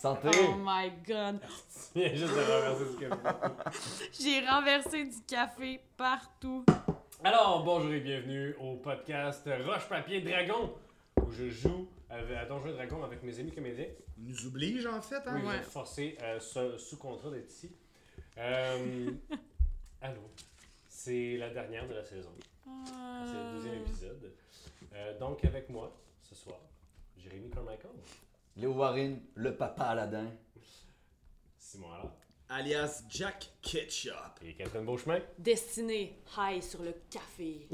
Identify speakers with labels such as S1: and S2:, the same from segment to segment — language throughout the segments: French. S1: Santé!
S2: Oh my god.
S3: Il y a juste de renverser ce café.
S2: J'ai renversé du café partout.
S3: Alors, bonjour et bienvenue au podcast Roche Papier Dragon, où je joue avec- à Donjons et Dragons avec mes amis comédiens.
S4: Il nous oblige en fait, hein?
S3: Oui,
S2: Ouais.
S3: vous êtes forcés, euh, ce- sous contrat d'être ici. Euh, allô, c'est la dernière de la saison. C'est le
S2: Euh.
S3: deuxième épisode. Euh, donc, avec moi, ce soir, Jérémy Carmichael,
S1: Léo Warren, le papa Aladdin.
S3: Simon Allard
S4: Alias Jack Ketchup.
S3: et Catherine Beauchemin.
S2: Destiné high sur le café.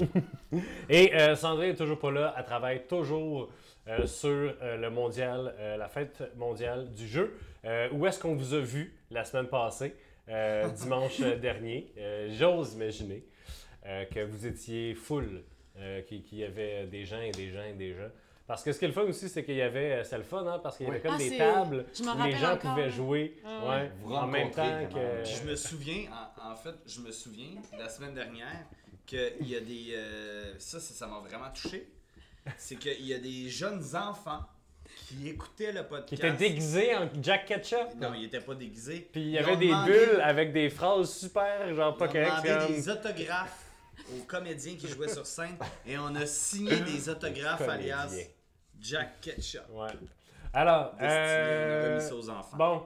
S3: Et euh, Sandrine est toujours pas là. Elle travaille toujours euh, sur euh, le mondial, euh, la fête mondiale du jeu. Euh, où est-ce qu'on vous a vu la semaine passée, euh, dimanche dernier? Euh, J'ose imaginer euh, que vous étiez full, euh, qu'il qu'il y avait des gens et des gens et des gens. Parce que ce qui est le fun aussi, c'est qu'il y avait, euh, c'est le fun, hein, parce qu'il y avait
S1: Oui.
S3: comme
S2: Ah,
S3: des
S2: c'est-
S3: tables
S2: je m'en
S3: où les
S2: rappelle
S3: gens
S2: encore,
S3: pouvaient
S2: là.
S3: jouer
S2: Ah
S3: ouais,
S2: ouais.
S1: Vous
S3: en même temps
S1: rencontrez,
S3: que.
S4: Puis je me souviens, en, en fait, je me souviens la semaine dernière qu'il y a des. euh, ça, ça ça m'a vraiment touché. C'est qu'il y a des jeunes enfants qui écoutaient le podcast.
S3: Qui était déguisé en Jack Ketchup.
S4: Non, ils n'étaient pas déguisés.
S3: Puis il y
S4: Ils
S3: avait
S4: ont
S3: des
S4: demandé-
S3: bulles avec des phrases super, genre pas
S4: On a
S3: correctes.
S4: demandé
S3: comme-
S4: des autographes aux comédiens qui jouaient sur scène et on a signé des autographes
S3: Comédien.
S4: alias Jack Ketchup.
S3: Ouais. Alors,
S4: Destiné,
S3: euh,
S4: on a remis ça aux enfants.
S3: bon,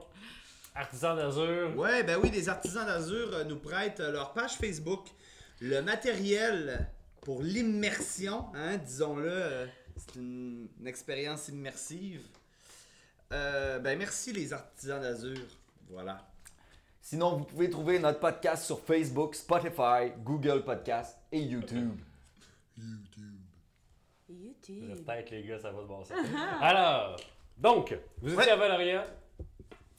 S3: Artisan d'Azur,
S4: Ouais, ben oui, les artisans d'Azur euh, nous prêtent euh, leur page Facebook, le matériel pour l'immersion, hein, disons-le, euh, c'est une, une expérience immersive. Euh, ben merci les artisans d'Azur. Voilà.
S1: Sinon, vous pouvez trouver notre podcast sur Facebook, Spotify, Google Podcast et YouTube.
S3: Vous êtes
S2: YouTube.
S3: tête, les gars, ça va de bon sens. Alors, donc, vous étiez
S4: Ouais.
S3: à Valoria,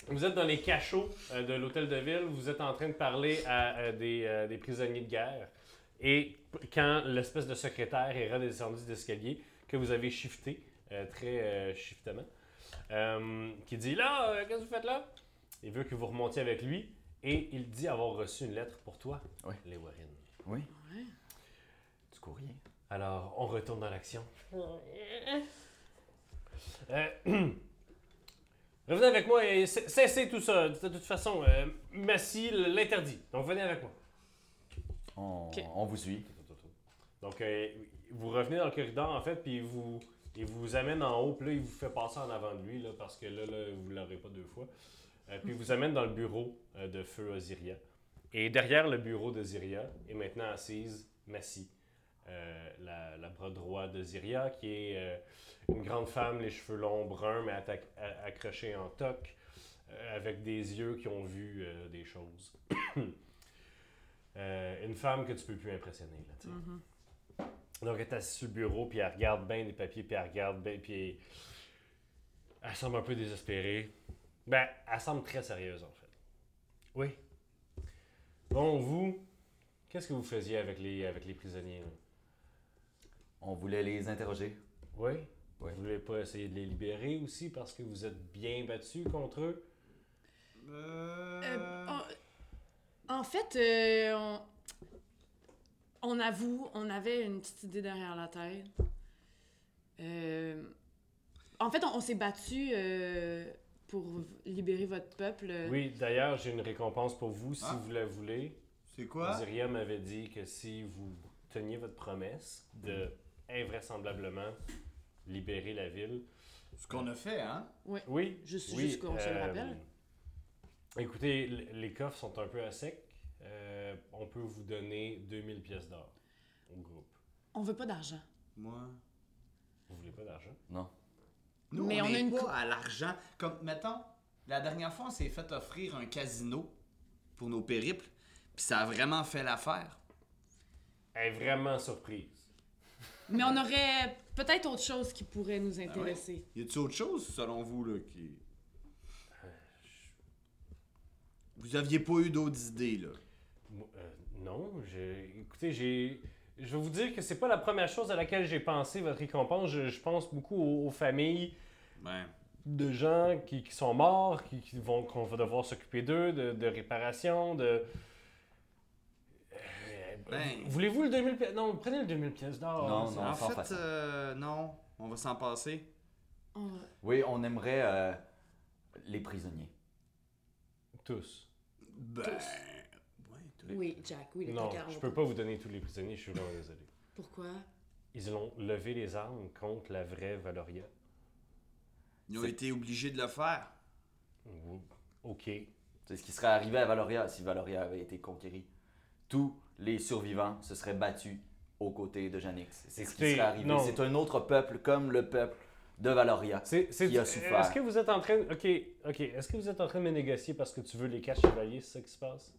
S3: vous êtes dans les cachots euh, de l'hôtel de ville, vous êtes en train de parler à euh, des, euh, des prisonniers de guerre. Et p- quand l'espèce de secrétaire est redescendu d'escalier, que vous avez shifté, euh, très euh, shiftement, euh, qui dit Là, euh, qu'est-ce que vous faites là Il veut que vous remontiez avec lui et il dit avoir reçu une lettre pour toi,
S1: Ouais.
S3: les Warren.
S1: Oui. Du courrier.
S3: Alors, on retourne dans l'action. Euh, revenez avec moi et c- cessez tout ça. De toute façon, euh, Massy l'interdit. Donc, venez avec moi.
S1: On,
S2: Ok.
S1: on vous suit.
S3: Donc, euh, vous revenez dans le corridor, en fait, puis vous, il vous amène en haut, puis là, il vous fait passer en avant de lui, là, parce que là, là vous l'aurez pas deux fois. Euh, puis il vous amène dans le bureau euh, de Feu Osiria. Et derrière le bureau de Ziria est maintenant assise Massy, euh, la, la bras droit de Ziria, qui est euh, une grande femme, les cheveux longs, bruns, mais atta- a- accrochés en toque, euh, avec des yeux qui ont vu euh, des choses. Euh, une femme que tu peux plus impressionner. Là, tu sais. Donc, elle est assise sur le bureau, puis elle regarde bien les papiers, puis elle regarde bien, puis elle semble un peu désespérée. Ben, elle semble très sérieuse, en fait. Oui. Bon, vous, qu'est-ce que vous faisiez avec les, avec les prisonniers? là?
S1: On voulait les interroger.
S3: Oui?
S1: Oui.
S3: Vous voulez pas essayer de les libérer aussi parce que vous êtes bien battus contre eux?
S2: Euh, en- en fait, euh, on... on avoue, on avait une petite idée derrière la tête. Euh, En fait, on, on s'est battu euh, pour libérer votre peuple.
S3: Oui, d'ailleurs, j'ai une récompense pour vous si
S4: Ah.
S3: vous la voulez.
S4: C'est quoi?
S3: Ziria m'avait dit que si vous teniez votre promesse de invraisemblablement libérer la ville.
S4: Ce qu'on a fait, hein?
S3: Oui,
S2: Juste-
S3: oui,
S2: juste qu'on se le
S3: euh,
S2: rappelle.
S3: Écoutez, l- les coffres sont un peu à sec. Euh, on peut vous donner 2000 pièces d'or au groupe.
S2: On veut pas d'argent.
S4: Moi.
S3: Vous voulez pas d'argent?
S1: Non.
S4: Nous,
S2: Mais
S4: on
S2: on a
S4: n'est
S2: une
S4: pas
S2: cou-
S4: à l'argent. Comme, mettons, la dernière fois, on s'est fait offrir un casino pour nos périples, puis ça a vraiment fait l'affaire.
S3: Elle est vraiment surprise.
S2: Mais on aurait peut-être autre chose qui pourrait
S3: Ben
S2: nous intéresser.
S4: Y a-t-il autre chose, selon vous, là, qui... Vous aviez pas eu d'autres idées, là.
S3: Moi, euh, non, j'ai- écoutez, j'ai. Je vais vous dire que c'est pas la première chose à laquelle j'ai pensé votre récompense. Je, je pense beaucoup aux, aux familles
S4: Ben,
S3: de gens qui, qui sont morts, qui, qui vont qu'on va devoir s'occuper d'eux, de, de réparations, de. Euh,
S4: Ben.
S3: Voulez-vous le 2000 pièces Non, prenez le 2000 pièces d'or. hein,
S1: Non,
S3: C'est-
S1: non.
S4: en
S1: s'en
S4: fait,
S1: fasse.
S4: euh, non, on va s'en passer.
S2: On-
S1: Oui, on aimerait euh, les prisonniers.
S3: Tous.
S4: Ben, ouais, tout.
S2: Oui, Jack, oui, le
S3: non,
S2: placard,
S3: je
S2: on
S3: peux
S2: peut-
S3: pas vous donner tous les prisonniers, je suis vraiment désolé.
S2: Pourquoi?
S3: Ils ont levé les armes contre la vraie Valoria.
S4: Ils ont
S1: C'est-
S4: été obligés de le faire.
S3: Ouh, Ok.
S1: C'est ce qui serait arrivé à Valoria si Valoria avait été conquérie. Tous les survivants se seraient battus aux côtés de Janix. C'est ce qui
S3: Écoutez,
S1: serait arrivé.
S3: non.
S1: C'est un autre peuple comme le peuple de Valoria.
S3: C'est, c'est-
S1: Qui a souffert.
S3: Est-ce que vous êtes en train. Ok, ok. Est-ce que vous êtes en train de me négocier parce que tu veux les quatre chevaliers, c'est ça qui se passe?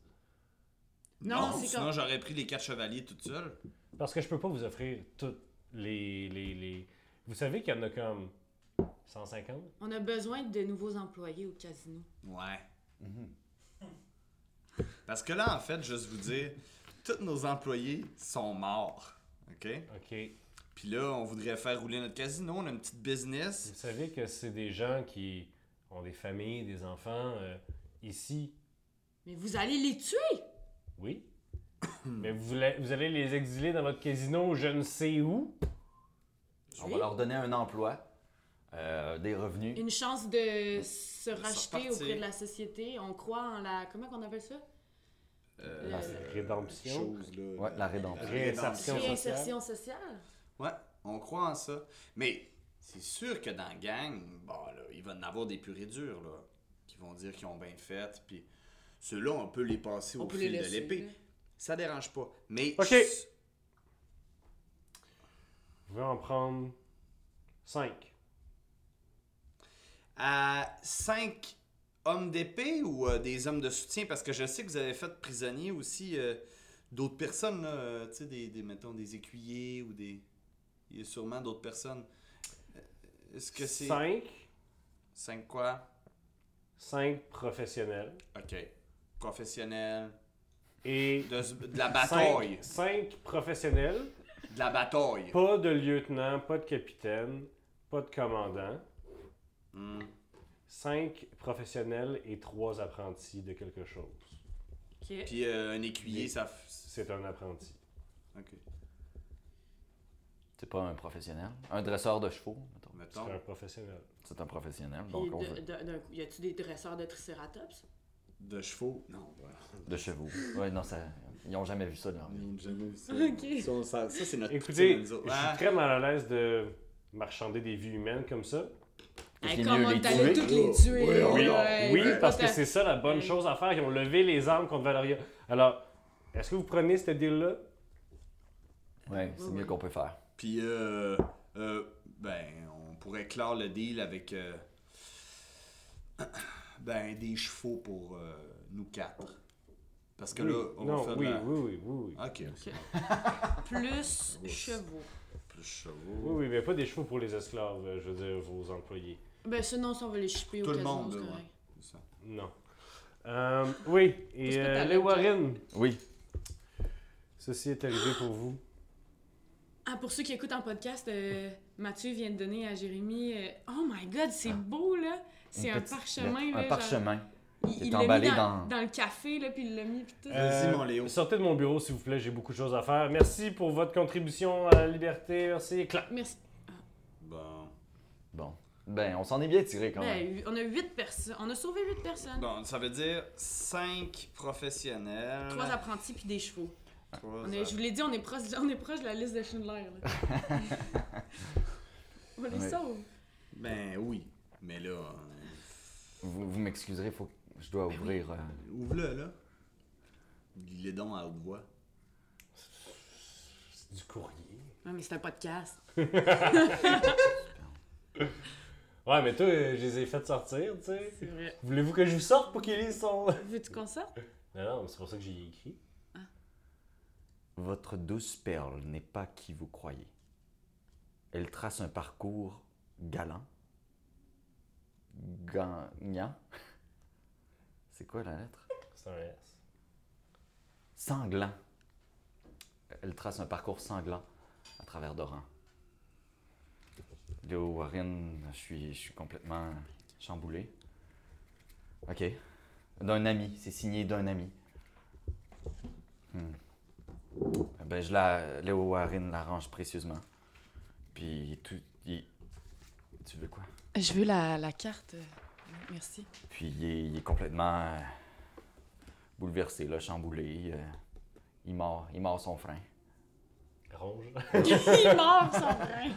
S2: Non, c'est
S4: sinon
S2: comme-
S4: j'aurais pris les quatre chevaliers toute seule.
S3: Parce que je peux pas vous offrir toutes les. les, les... Vous savez qu'il y en a comme 150?
S2: On a besoin de nouveaux employés au casino.
S4: Ouais.
S1: Mhm.
S4: Parce que là, en fait, juste vous dire, tous nos employés sont morts. OK?
S3: Ok.
S4: Puis là, on voudrait faire rouler notre casino, on a une petite
S3: Vous
S4: business.
S3: savez que c'est des gens qui ont des familles, des enfants. euh, ici,
S2: Mais vous allez les tuer!
S3: oui. Mais vous, voulez- vous allez les exiler dans votre casino, je ne sais où.
S1: On
S2: Oui.
S1: va leur donner un emploi, euh, des revenus.
S2: Une chance de se racheter
S4: repartir.
S2: auprès de la société. On croit en la... Comment qu'on appelle ça?
S4: Euh,
S2: La
S3: rédemption.
S4: chose, là.
S1: Ouais, la rédemption.
S3: Réinsertion. Réinsertion.
S2: Réinsertion sociale?
S4: Ouais, on croit en ça. Mais c'est sûr que dans la gang, bon, là, il va en avoir des purs et durs, là, qui vont dire qu'ils ont bien fait, puis ceux-là, on peut les passer au
S2: On peut
S4: fil
S2: les
S4: de
S2: laisser,
S4: l'épée.
S2: là.
S4: Ça dérange pas. Mais...
S3: Ok.
S4: s-
S3: Je vais en prendre 5.
S4: À 5 hommes d'épée ou euh, des hommes de soutien, parce que je sais que vous avez fait prisonnier aussi euh, d'autres personnes, là, euh, tu sais, des, des, mettons, des écuyers ou des... Il y a sûrement d'autres personnes. Euh, Est-ce que c'est...
S3: 5.
S4: 5 quoi?
S3: 5 professionnels.
S4: Ok. Professionnels.
S3: Et
S4: De, s- de la bataille.
S3: 5 professionnels.
S4: De la bataille.
S3: Pas de lieutenant, pas de capitaine, pas de commandant.
S4: Hmm.
S3: Cinq professionnels et trois apprentis de quelque chose.
S2: OK.
S4: Puis euh, un écuyer, ça. f-
S3: C'est un apprenti.
S4: Ok.
S1: C'est pas un professionnel. Un dresseur de chevaux, mettons.
S3: C'est
S4: Mettons.
S3: un professionnel.
S1: C'est un professionnel.
S2: Puis
S1: Donc on
S2: de-
S1: veut-
S2: de- d'un coup, y a-tu des dresseurs de triceratops?
S4: De chevaux. Non, ouais.
S1: de chevaux. Ouais, non, ça... ils ont jamais vu ça de leur vie.
S4: On jamais vu ça.
S2: Ok.
S4: Ça, on- ça- ça, c'est notre
S3: Écoutez,
S4: poutine,
S3: je
S4: nous
S3: suis
S4: autres. Ah,
S3: très mal à l'aise de marchander des vies humaines comme ça.
S1: Est-ce qu'il est
S2: comment
S1: mieux les
S2: t'allais
S1: tuer?
S2: toutes les tuer?
S4: Oui,
S2: là,
S4: oui,
S2: ouais,
S3: oui,
S2: ouais.
S3: parce
S2: Pas
S3: que c'est ça la bonne
S2: Ouais.
S3: chose à faire. Ils ont levé les armes contre Valeria. Alors, est-ce que vous prenez ce deal-là?
S1: Ouais, c'est
S2: Oui,
S1: mieux
S2: oui.
S1: qu'on peut faire.
S4: Puis, euh, euh, ben, on pourrait clore le deal avec. euh, ben, des chevaux pour euh, nous quatre. Parce que
S3: Oui.
S4: là, on
S3: non,
S4: va faire.
S3: oui,
S4: la- Ah.
S3: oui, oui, oui, oui.
S4: Ok.
S2: Ok. Plus chevaux.
S4: Plus chevaux.
S3: Oui, oui, mais pas des chevaux pour les esclaves, euh, je veux dire, vos employés.
S2: Ben sinon, ça, on va les chipper
S4: Tout
S2: au
S4: le
S2: casino,
S4: monde,
S2: c'est
S4: là,
S2: correct.
S4: ouais. C'est ça.
S3: Non. Euh, oui,
S2: Parce
S3: et
S2: que
S3: euh,
S2: t'as
S3: les
S2: le-
S3: Warren,
S1: Oui.
S3: ceci est arrivé pour vous.
S2: Ah, pour ceux qui écoutent en podcast, euh, Mathieu vient de donner à Jérémy... euh, oh my God, c'est beau, là! C'est
S1: Une
S2: un
S1: petite
S2: parchemin, là.
S1: lettre. Ah. Un
S2: genre-
S1: parchemin.
S2: Il,
S1: est
S2: il l'a
S1: emballé
S2: mis dans,
S1: dans- Ah.
S2: dans le café, là, puis il l'a mis, puis tout.
S4: Vas-y, mon Léo.
S3: Euh, Sortez de mon bureau, s'il vous plaît, j'ai beaucoup de choses à faire. Merci pour votre contribution à la liberté. Merci. Clap.
S2: Merci.
S4: Bon.
S1: Bon. Ben, on s'en est bien tiré quand même.
S2: Ben, on a huit personnes. On a sauvé huit personnes.
S4: Bon, ça veut dire 5 professionnels.
S2: Trois apprentis puis des chevaux.
S4: Trois
S2: On est- je vous l'ai dit, on est, proche, on est proche de la liste de Schindler. Là. on les
S1: Ouais.
S2: sauve.
S4: Ben oui, mais là, euh,
S1: Vous, vous m'excuserez, faut que je dois
S2: Ben
S1: ouvrir. euh,
S4: ouvre-le là. Il est donc à haute voix.
S3: C'est du courrier.
S2: Ouais, mais c'est un podcast.
S3: Ouais, mais toi, euh, je les ai fait sortir, tu sais.
S2: C'est vrai.
S3: Voulez-vous que je vous sorte pour qu'ils lisent son.
S2: Veux-tu qu'on sorte?
S3: Non, non, mais c'est pour ça que j'ai écrit.
S1: Votre douce perle n'est pas qui vous croyez. Elle trace un parcours galant, gagnant. C'est quoi la lettre
S3: C'est un S.
S1: Sanglant. Elle trace un parcours sanglant à travers Doran. Léo Warren, je suis, je suis complètement chamboulé. Ok. D'un ami, c'est signé d'un ami. Hmm. Ben, je la, Léo Warren l'arrange précieusement. Puis tout. il- Tu veux quoi?
S2: Je veux la, carte. Merci.
S1: Puis il est, il est complètement euh, bouleversé, là, chamboulé. euh, il, mord, il mord son frein.
S3: Ronge.
S2: Il meurt son brin.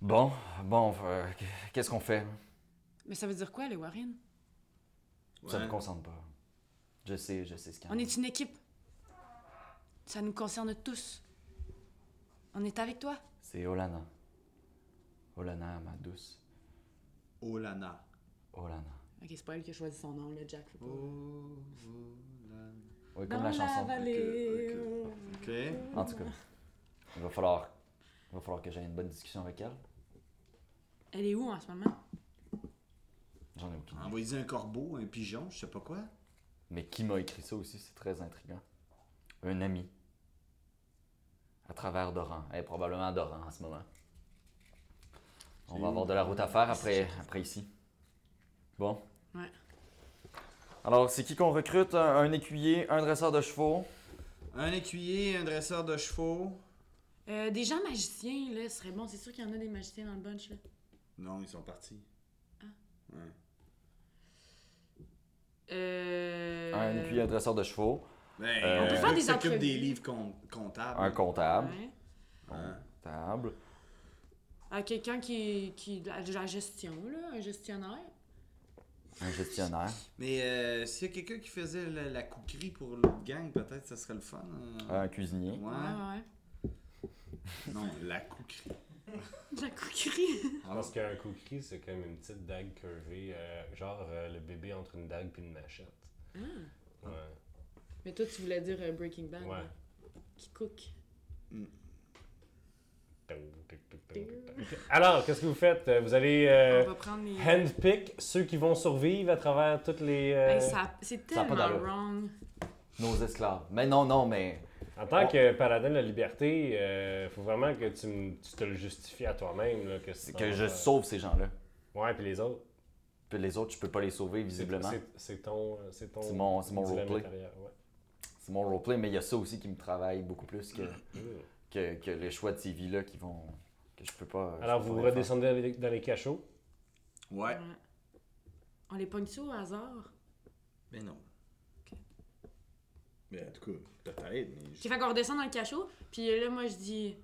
S1: Bon, bon, euh, qu'est-ce qu'on fait?
S2: Mais ça veut dire quoi, les Warren?
S1: Ça ne
S4: Ouais.
S1: me concerne pas. Je sais, je sais ce qu'il y en
S2: On
S1: a.
S2: est une équipe. Ça nous concerne tous. On est avec toi.
S1: C'est Olana. Olana, ma douce.
S4: Olana.
S1: Olana.
S2: Ok, c'est pas elle qui a choisi son nom, là, Jack. faut pas-
S4: Olana.
S1: Oui, comme la chanson.
S2: vallée,
S4: ok.
S2: euh,
S4: Ok.
S1: En tout cas, il va falloir, il va falloir que j'aie une bonne discussion avec elle.
S2: Elle est où en ce moment?
S1: J'en ai aucune idée.
S4: Envoyez un corbeau, un pigeon, je sais pas quoi.
S1: Mais qui m'a écrit ça aussi, c'est très intriguant. Un ami. À travers Doran. Elle est probablement à Doran en ce moment. On va avoir de la route à faire après, après ici. Bon.
S2: Ouais.
S1: Alors, c'est qui qu'on recrute? Un, un écuyer, un dresseur de chevaux.
S4: Un écuyer, un dresseur de chevaux.
S2: Euh, des gens magiciens, là, ce serait bon. C'est sûr qu'il y en a des magiciens dans le bunch, là.
S4: Non, ils sont partis. Ouais.
S2: Euh...
S1: Un écuyer, un dresseur de chevaux.
S4: Ben,
S1: Euh, On peut
S4: un
S1: faire
S4: gars
S2: des
S4: qui s'occupe
S2: entrevues.
S4: des livres com- comptables.
S1: Un comptable.
S2: ouais.
S4: Hein?
S1: Comptable.
S2: À quelqu'un qui, qui. de la de la gestion, là, un gestionnaire.
S1: Un gestionnaire.
S4: Mais euh, s'il y a quelqu'un qui faisait la, la couquerie pour l'autre gang, peut-être ça serait le fun. euh.
S1: Un cuisinier.
S4: Ouais.
S2: ouais.
S4: Non, la couquerie.
S2: De la coquerie.
S3: Je
S1: Ah.
S3: pense qu'un cookie, c'est comme une petite dague curvée, euh, genre euh, le bébé entre une dague puis une machette. Ouais.
S2: Mais toi, tu voulais dire euh, Breaking Bad.
S3: Ouais.
S2: là, Qui cook.
S3: Alors, qu'est-ce que vous faites? Euh, Vous allez euh,
S2: On va prendre les.
S3: handpick ceux qui vont survivre à travers toutes les. euh,
S2: Hey, Ben, ça- c'est
S1: ça a pas
S2: tellement
S1: d'allure.
S2: wrong.
S1: Nos esclaves. Mais non, non, mais.
S3: En tant que paladin de la liberté, euh, faut vraiment que tu, me- tu te le justifies à toi-même. là, que,
S1: C'est
S3: sinon,
S1: que je
S3: euh,
S1: sauve ces gens-là.
S3: Ouais, puis les autres.
S1: Puis les autres, je peux pas les sauver,
S3: C'est-
S1: visiblement.
S3: c'est- C'est ton. euh, C'est ton.
S1: C'est mon- c'est mon
S3: dilemme
S1: roleplay.
S3: intérieur, ouais.
S1: C'est mon roleplay, mais il y a ça aussi qui me travaille beaucoup plus que,
S4: Mmh.
S3: Mm.
S1: que, que les choix de ces vies-là qui vont. que je peux pas.
S3: Alors,
S1: je peux
S3: vous
S1: pas les faire.
S3: redescendez dans les, dans les cachots.
S4: Ouais.
S2: Ouais. On les pogne-tu au hasard?
S4: Mais non. Mais en tout cas, peut-être, mais
S2: Qui fait qu'on redescend dans le cachot, puis là, moi, je dis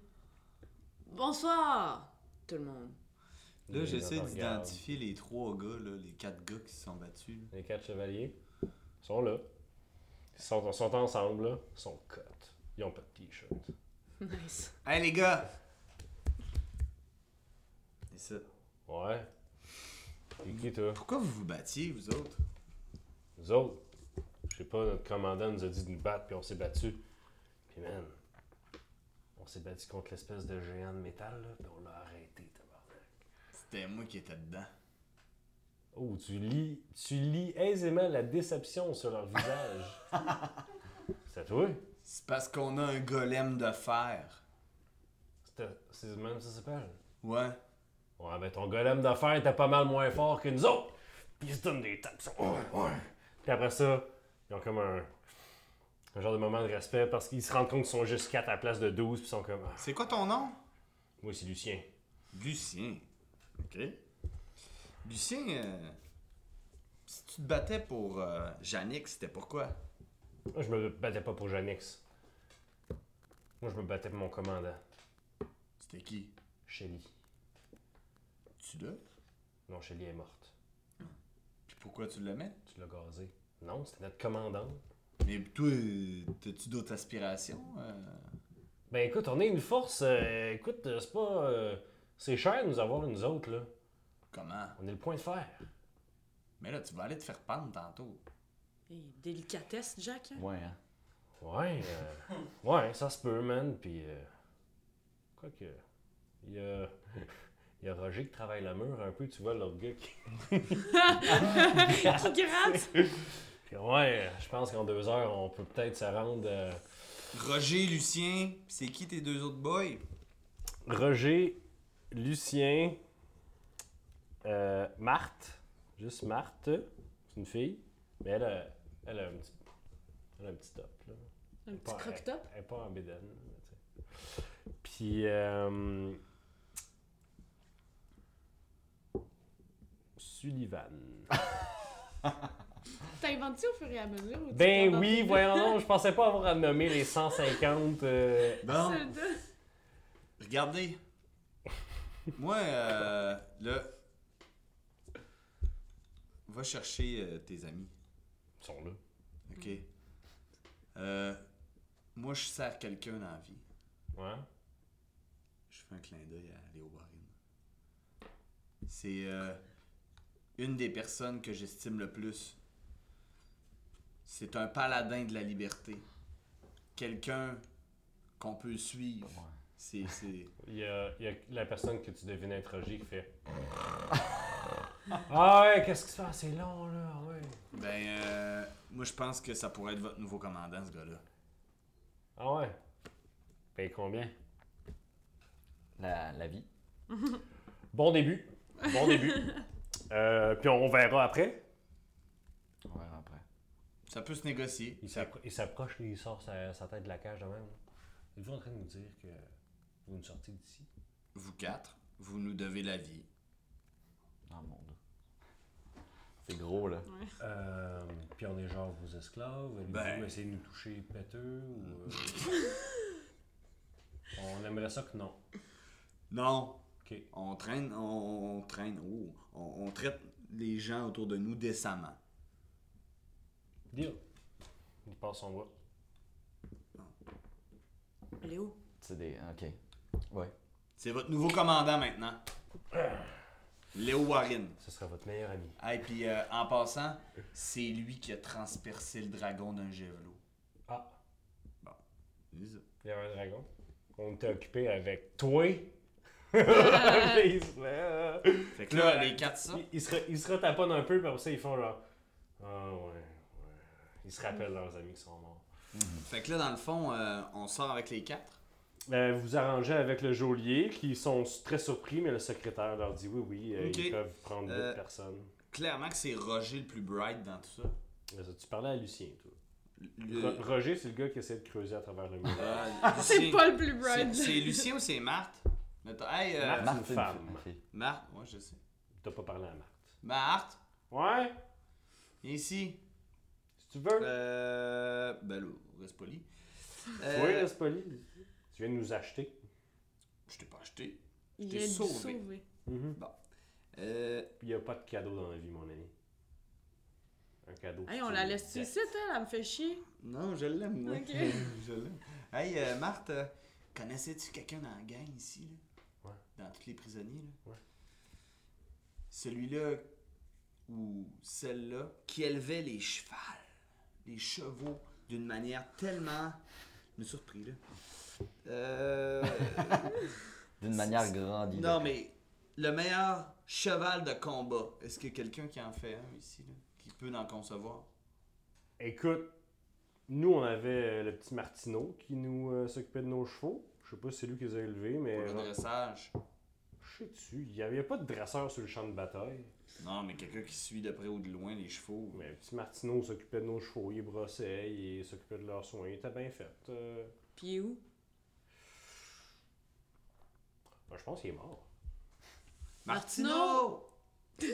S2: Bonsoir, tout le monde.
S4: Là,
S3: Les
S4: j'essaie
S3: gens te regardent.
S4: d'identifier les trois gars, là, les quatre gars qui se sont battus.
S3: Les quatre chevaliers sont là. Ils sont, sont ensemble, là. Ils sont cut. Ils ont pas de t-shirt.
S2: Nice.
S4: Hey, les gars! Et ça.
S3: Ouais. Et qui, toi
S4: Pourquoi vous vous battiez, vous autres?
S3: Nous autres, je sais pas, notre commandant nous a dit de nous battre, puis on s'est battu. Puis man, on s'est battu contre l'espèce de géant de métal, là, puis on l'a arrêté, tabarnak.
S4: C'était moi qui étais dedans.
S3: Oh, tu lis, tu lis aisément la déception sur leur visage. C'est à toi?
S4: C'est parce qu'on a un golem de fer.
S3: C'était- C'est même ça s'appelle?
S4: Ouais.
S3: Ouais, ben ton golem d'affaires était pas mal moins fort que nous autres. Puis ils se donnent des tapes. ils sont- Puis après ça, ils ont comme un, un genre de moment de respect parce qu'ils se rendent compte qu'ils sont juste 4 à la place de 12. Puis ils sont comme, Ah,
S4: C'est quoi ton nom?
S3: moi c'est Lucien.
S4: Lucien. OK. Lucien, euh, si tu te battais pour euh, Yannick, c'était pourquoi?
S3: Moi je me battais pas pour Janix. Moi je me battais pour mon commandant,
S4: C'était qui?
S3: Shelly.
S4: Tu l'as?
S3: Non, Shelly est morte.
S4: Puis pourquoi tu l'aimais?
S3: Tu l'as gazé. Non, c'était notre commandant.
S4: Mais toi, euh, t'as-tu d'autres aspirations? euh?
S3: Ben écoute, on est une force. euh, écoute, euh, c'est pas. euh, c'est cher de nous avoir nous autres, là.
S4: Comment?
S3: On est le point de fer.
S4: Mais là, tu vas aller te faire pendre tantôt.
S2: Hey, délicatesse, Jack. hein?
S1: Ouais, hein.
S3: Ouais, euh, ouais, ça se peut, man. Puis, euh, quoi que, il y a, il y a Roger qui travaille la mur un peu, tu vois, l'autre gars qui.
S2: Qui gratte
S3: Puis Ouais, je pense qu'en deux heures, on peut peut-être se rendre. euh,
S4: Roger, Lucien, pis c'est qui tes deux autres boys?
S3: Roger, Lucien, euh, Marthe, juste Marthe, c'est une fille, mais elle a, elle a un petit, elle a un petit top, là.
S2: Un petit
S3: Pas-
S2: croque-top.
S3: Elle, elle est pas en bédaine. là, tu sais. Puis. euh, su- Sullivan.
S2: Ah, T'as inventé au fur et à mesure? ou tu
S3: Ben
S2: t'en
S3: oui,
S2: as-
S3: voyons donc, je pensais pas avoir à nommer les 150. euh,
S2: C'est
S4: Bon,
S2: de-
S4: regardez. Moi, euh, là. Va chercher euh, tes amis,
S3: Ils sont là.
S4: ok? Euh, moi, je sers quelqu'un dans la vie.
S3: Ouais.
S4: Je fais un clin d'œil à Léo Barine. C'est euh, une des personnes que j'estime le plus. C'est un paladin de la liberté. Quelqu'un qu'on peut suivre. C'est. c'est-
S3: Il y, a, il y a la personne que tu devines interroger qui fait. ah ouais, qu'est-ce qui se passe? C'est long là, ah ouais.
S4: Ben, euh, moi, je pense que ça pourrait être votre nouveau commandant, ce gars-là.
S3: Ah ouais. Paye combien?
S1: La, la vie.
S3: Bon début. Bon début. Euh, puis on verra après.
S1: On verra après.
S4: Ça peut se négocier.
S3: Il s'appro- il s'approche et il sort sa, sa tête de la cage de même. Êtes-vous en train de nous dire que vous nous sortez d'ici?
S4: Vous quatre, vous nous devez la vie.
S1: Dans le monde. C'est gros, là.
S3: Euh, puis on est genre vos esclaves. Allez-vous
S4: Ben.
S3: essayer de nous toucher péteux ou. euh, on aimerait ça que non.
S4: Non,
S3: Ok.
S4: on traîne, on, on traîne, oh, on, on traite les gens autour de nous décemment.
S3: Deal. Il passe son voix.
S2: Léo,
S1: C'est des. Ok. Ouais.
S4: C'est votre nouveau commandant maintenant. Léo Warren.
S3: Ce sera votre meilleur ami.
S4: Hey, puis euh, en passant, c'est lui qui a transpercé le dragon d'un javelot.
S3: Ah,
S4: C'est ça.
S3: il y avait un dragon. On était occupé avec toi. il, se... euh,
S4: Fait que là, les quatre ça.
S3: il, il se re- il se retaponnent un peu, puis après ça, ils font genre. Ah ouais, ouais. Ils se rappellent leurs amis qui sont morts.
S4: Fait que là, dans le fond, euh, on sort avec les quatre.
S3: Euh, vous vous arrangez avec le geôlier, qui sont très surpris, mais le secrétaire leur dit oui, oui, euh,
S4: Ok.
S3: ils peuvent prendre d'autres
S4: Euh,
S3: personnes.
S4: Clairement que c'est Roger le plus bright dans tout ça.
S3: Mais ça, Tu parlais Euh, à Lucien, toi.
S4: Le-
S3: Ro- Roger, c'est le gars qui essaie de creuser à travers le mur.
S4: Ah,
S2: c'est
S4: Lucien.
S2: pas le plus
S4: C'est-
S2: bright.
S4: C'est Lucien ou c'est Marthe? Mais t'as- Hey, euh,
S3: Marthe. C'est une
S1: Martine,
S3: femme.
S1: ok.
S4: Marthe, ouais, je sais.
S3: T'as pas parlé à Marthe.
S4: Marthe,
S3: Ouais,
S4: viens ici.
S3: si tu veux.
S4: Euh. Ben là, reste poli. Euh,
S3: Oui, c'est poli. Tu viens de nous acheter.
S4: Je t'ai pas acheté.
S2: Il
S4: t'ai
S2: a dû
S4: sauvé.
S2: sauver.
S3: Mhm.
S4: Euh.
S3: Il n'y a pas de cadeau dans la vie, mon ami. Un cadeau.
S2: Hey, on
S3: c'est
S2: la
S3: une
S2: laisse-tu
S3: dette.
S2: ici, elle? Elle me fait chier.
S4: Non, je l'aime, moi.
S2: Ok.
S4: je l'aime. Hey, euh, Marthe, euh, connaissais-tu quelqu'un dans la gang ici, là?
S3: Ouais.
S4: Dans tous les prisonniers, là?
S3: Ouais.
S4: Celui-là ou celle-là qui élevait les chevals, les chevaux, d'une manière tellement... Je me suis surpris, là. Euh...
S1: D'une manière grandiose.
S4: non, mais le meilleur cheval de combat, est-ce qu'il y a quelqu'un qui en fait un ici, là? Qui peut en concevoir?
S3: Écoute, nous, on avait euh, le petit Martineau qui nous euh, s'occupait de nos chevaux. Je sais pas si c'est lui qui les a élevés, mais. euh,
S4: Pour le dressage?
S3: Je sais-tu, il n'y avait pas de dresseur sur le champ de bataille.
S4: Non, mais quelqu'un qui suit de près ou de loin les chevaux.
S3: Mais le petit Martineau s'occupait de nos chevaux, il brossait, il s'occupait de leurs soins, il était bien fait. Euh,
S2: Puis il est où?
S3: ben, je pense qu'il est mort.
S4: Martino!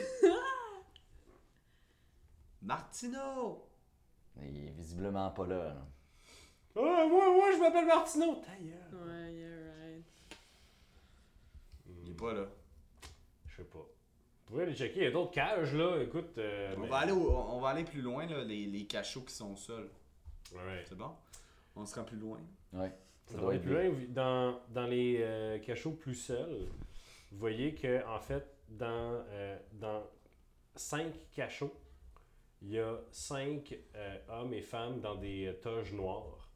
S4: Martino!
S1: Il est visiblement pas là. là.
S3: Ah, moi, moi, je m'appelle Martineau! Ta gueule!
S2: Ouais, yeah, right.
S4: Il est pas là.
S3: Je sais pas. Vous pouvez aller checker, il y a d'autres cages là, écoute. euh,
S4: On
S3: mais-
S4: va aller, au- on va aller plus loin, là, les, les cachots qui sont seuls.
S3: Alright.
S4: C'est bon? On se rend plus loin.
S1: Ouais. Ça
S3: Dans
S1: doit
S3: les
S1: être
S3: plus
S1: lui.
S3: loin, vous- dans, dans les euh, cachots plus seuls, vous voyez que en fait, dans, euh, dans cinq cachots, il y a cinq euh, hommes et femmes dans des euh, toges noires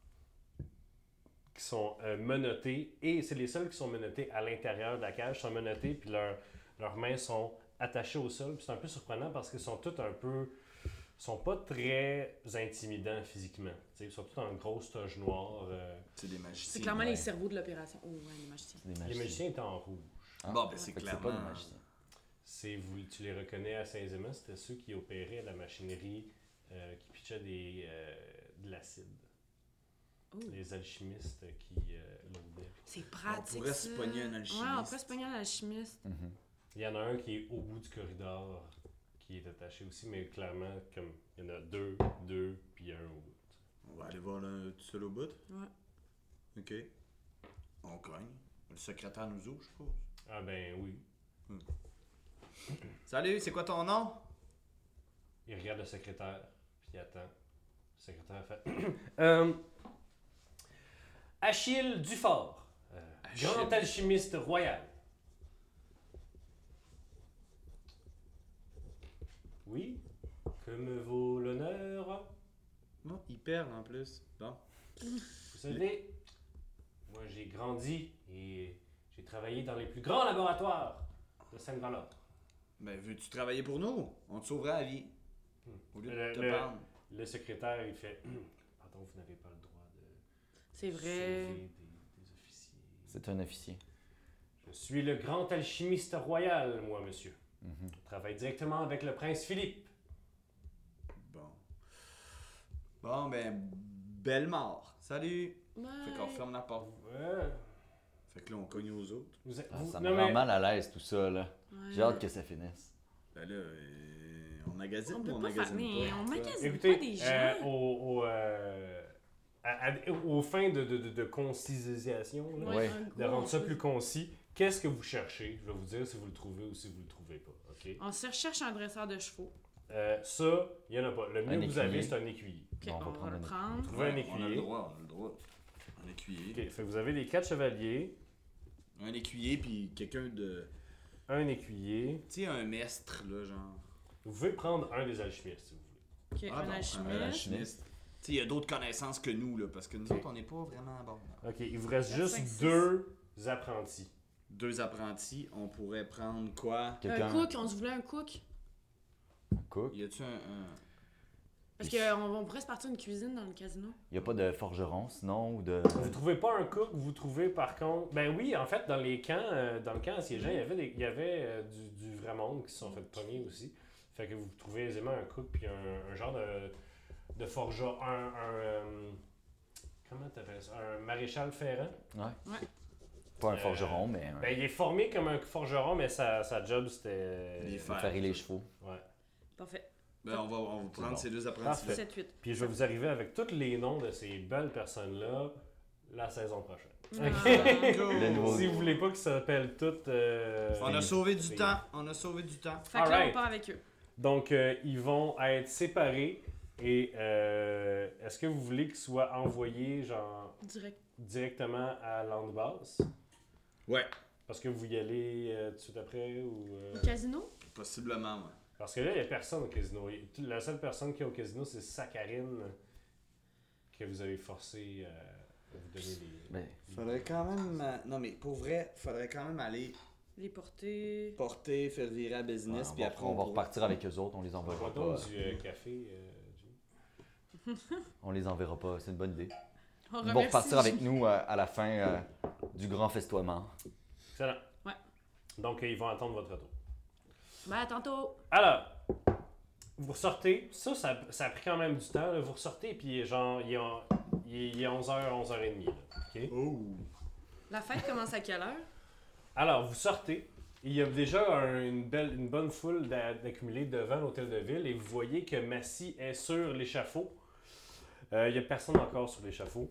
S3: qui sont euh, menottés et c'est les seuls qui sont menottés à l'intérieur de la cage, sont menottés puis leurs leurs mains sont attachées au sol. Puis C'est un peu surprenant parce qu'ils sont tous un peu sont pas très intimidants physiquement. Tu sais, Ils sont tous en grosse toge noire. euh,
S4: C'est des
S2: C'est
S4: magiciens.
S2: clairement les
S1: ouais.
S2: cerveaux de l'opération. Oh, ouais, les magiciens.
S1: C'est des
S3: Les
S1: magiciens.
S3: magiciens étaient en rouge.
S1: Ah.
S4: Bon, ben c'est
S1: Fait que C'est pas des
S4: clairement.
S1: magiciens.
S3: C'est vous, tu les reconnais à Saint-Zéma, c'était ceux qui opéraient à la machinerie euh, qui pitchait des, euh, de l'acide.
S2: Oh.
S3: Les alchimistes qui euh, l'ouvraient.
S2: C'est
S4: On
S2: pratique.
S4: pourrait se
S2: ça.
S4: pogner un alchimiste.
S2: Ouais, on pourrait se pogner un alchimiste.
S3: Il y en a un qui est au bout du corridor qui est attaché aussi, mais clairement, comme il y en a deux, deux, puis un au bout.
S4: On va aller voir le tout seul au bout.
S2: Ouais.
S4: Ok. On cogne. Le secrétaire nous ouvre, je suppose.
S3: Ah ben oui.
S5: Salut, c'est quoi ton nom?
S3: Il regarde le secrétaire, puis il attend. Le secrétaire fait Euh, Achille Dufort, euh,
S5: Achille.
S3: grand alchimiste royal. Oui, que me vaut l'honneur
S5: Non, ils perdent en plus. Bon.
S3: Vous savez, moi j'ai grandi et j'ai travaillé dans les plus grands laboratoires de Saint-Valor.
S4: Ben, veux-tu travailler pour nous? On te sauvera la vie. Au lieu
S3: Le-
S4: de te
S3: le-
S4: pendre.
S3: Le secrétaire, il fait Pardon, vous n'avez pas le droit de
S2: C'est
S3: sauver
S2: vrai.
S3: des- des officiers.
S1: C'est un officier.
S3: Je suis le grand alchimiste royal, moi, monsieur.
S1: Mhm.
S3: Je travaille directement avec le prince Philippe.
S4: Bon. Bon, ben, belle mort. Salut. Fait qu'on
S2: Bye.
S4: ferme la porte.
S3: Ouais.
S4: Fait que là, on cogne aux autres.
S3: Euh, Vous êtes-
S1: Ah,
S3: vous-
S1: ça me
S3: non,
S1: rend
S3: mais-
S1: mal à l'aise tout ça, là.
S2: Ouais.
S1: J'ai hâte que ça finisse.
S4: Ben là, euh, on magasine
S2: On
S4: ou on
S2: peut pas
S4: magasine
S2: fermer.
S4: pas?
S2: On magasine
S3: Écoutez,
S2: pas des gens.
S3: euh, au, au, euh, à- à- au fin de, de, de- de concisation, là,
S1: Ouais, Ouais.
S2: en gros,
S3: de rendre ça
S2: on-
S3: plus concis, qu'est-ce que vous cherchez Je vais vous dire si vous le trouvez ou si vous le trouvez pas. ok?
S2: On se recherche un dresseur de chevaux.
S3: Euh, ça, il n'y en a pas. Le mieux
S1: Un
S3: que vous avez,
S1: écuyer.
S3: c'est un écuyer.
S2: Ok,
S1: Bon, on va
S2: on, va
S1: prendre
S2: le
S1: un-
S2: prendre.
S3: Trouver un
S4: On a le
S3: écuyer.
S4: droit, on a le droit. Un écuyer.
S3: Ok, fait que vous avez les quatre chevaliers,
S4: Un écuyer, puis quelqu'un de.
S3: un écuyer.
S4: Tu sais, un mestre, là, genre.
S3: Vous pouvez prendre un des alchimistes si vous voulez.
S2: Ok,
S4: Ah
S2: un
S4: non, un
S2: alchimiste.
S4: alchimiste. Tu sais, il y a d'autres connaissances que nous, là, parce que nous autres, on n'est pas vraiment bons. là.
S3: Ok, il vous reste
S2: Quatre,
S3: juste
S2: cinq, six.
S3: deux apprentis.
S4: Deux apprentis, on pourrait prendre quoi
S1: Euh, Quelqu'un.
S2: Un cook, on se voulait un cook.
S1: Un cook.
S4: Y a-tu un. un-
S2: Parce qu'on on pourrait se partir une cuisine dans le casino.
S1: Il n'y a pas de forgeron, sinon, ou de.
S3: Vous trouvez pas un cook, vous trouvez par contre. Ben oui, en fait, dans les camps, euh, dans le camp assiégeant, il y avait, des- il y avait euh, du, du vrai monde qui se sont fait pogner aussi. Fait que vous trouvez aisément un cook puis un, un genre de, de forgeron, un. un, euh, comment t'appelles ça Un maréchal ferrant.
S1: Ouais.
S2: Ouais.
S1: Pas un
S3: Euh,
S1: forgeron, mais un.
S3: Ben il est formé comme un forgeron, mais sa, sa job c'était.
S4: Les
S1: il
S4: fers.
S1: farie les chevaux.
S3: Ouais.
S2: Parfait.
S4: Ben, on va, on va prendre
S1: bon.
S4: ces deux apprentis-là.
S3: Parfait.
S2: 7-8.
S3: Puis je vais vous arriver avec tous les noms de ces belles personnes-là la saison prochaine.
S2: Ah.
S4: Go!
S1: Le nouveau-
S3: Si vous voulez pas qu'ils s'appellent toutes. euh,
S4: On a sauvé du
S3: c'est-
S4: temps, on a sauvé du temps.
S2: Fait que là,
S3: Alright.
S2: on part avec eux.
S3: Donc, euh, ils vont être séparés. Et euh, est-ce que vous voulez qu'ils soient envoyés genre,
S2: Direct.
S3: directement à Landbass?
S4: Ouais.
S3: Parce que vous y allez euh, tout de suite après? ou euh,
S2: Au casino?
S4: Possiblement, ouais.
S3: Parce que là, il n'y a personne au casino. Il- tout- La seule personne qui est au casino, c'est Saccharine que vous avez forcé euh, à vous donner des...
S1: Ben,
S4: Faudrait quand même. euh, Non, mais pour vrai, faudrait quand même aller
S2: Les porter.
S4: porter, faire virer à business,
S1: on
S4: puis
S1: va-
S4: après
S1: on va
S4: pourra-
S1: repartir avec eux autres, on les
S3: On
S1: enverra
S3: donc
S1: pas. euh,
S3: du euh, café, euh, Jimmy.
S1: On les enverra pas, c'est une bonne idée.
S2: On
S1: Ils vont
S2: remercie
S1: repartir avec nous euh, à la fin euh, du grand festoiement.
S3: Excellent.
S2: Ouais.
S3: Donc, euh, ils vont attendre votre retour.
S2: Ben, à tantôt.
S3: Alors, vous ressortez. Ça, ça, ça a pris quand même du temps. là. Vous ressortez, puis genre, il est, en- il est- il est 11h, 11h30. là. OK?
S4: Oh!
S2: La fête commence à quelle heure?
S3: Alors, vous sortez. Il y a déjà un- une, belle, une bonne foule d'a- d'accumulés devant l'hôtel de ville et vous voyez que Massy est sur l'échafaud. Euh, il n'y a personne encore sur l'échafaud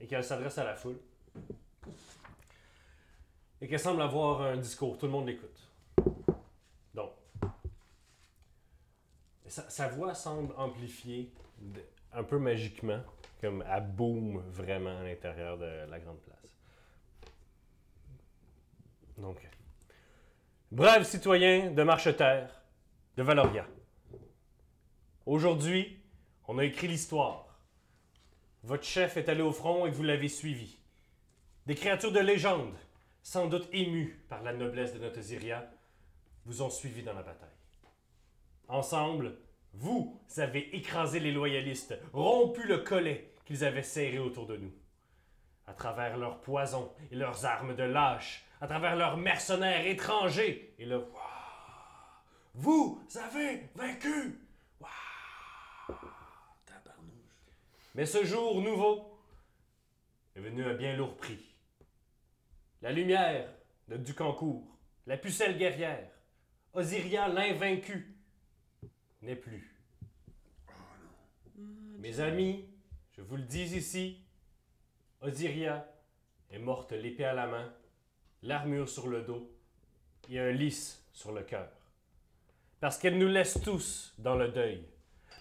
S3: et qu'elle s'adresse à la foule. Et qu'elle semble avoir un discours. Tout le monde l'écoute. Donc, sa, sa voix semble amplifiée de- un peu magiquement, comme elle boom vraiment à l'intérieur de la grande place. Donc, braves citoyens de Marcheterre, de Valoria. Aujourd'hui, on a écrit l'histoire. Votre chef est allé au front et vous l'avez suivi. Des créatures de légende, sans doute émues par la noblesse de notre Zyria, vous ont suivi dans la bataille. Ensemble, vous avez écrasé les loyalistes, rompu le collet qu'ils avaient serré autour de nous à travers leurs poisons et leurs armes de lâche, à travers leurs mercenaires étrangers et le Vous avez vaincu! Wouah! Mais ce jour nouveau est venu à bien lourd prix. La lumière de Ducancourt, la pucelle guerrière, Osiria l'invaincu, n'est plus.
S2: Ah,
S3: Mes amis, je vous le dis ici, Osiria est morte l'épée à la main, l'armure sur le dos et un lys sur le cœur. Parce qu'elle nous laisse tous dans le deuil.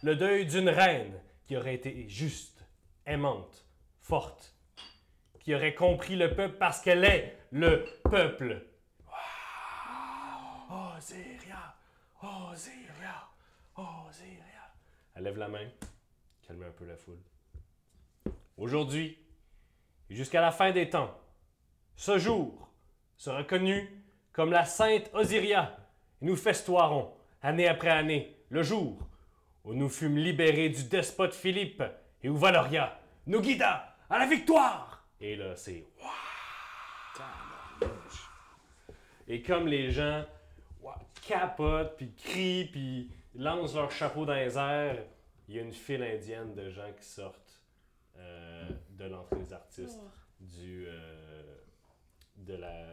S3: Le deuil d'une reine qui aurait été juste, aimante, forte, qui aurait compris le peuple parce qu'elle est le peuple. Wow! Osiria! Osiria! Osiria! Elle lève la main calmer un peu la foule. Aujourd'hui, et jusqu'à la fin des temps, ce jour sera connu comme la Sainte Osiria. Et nous festoirons, année après année, le jour où nous fûmes libérés du despote Philippe et où Valoria nous guida à la victoire. Et là, c'est Et comme les gens ouah, capotent, puis crient, puis lancent leur chapeau dans les airs, il y a une file indienne de gens qui sortent euh, de l'entrée des artistes
S2: Oh.
S3: du, euh, de la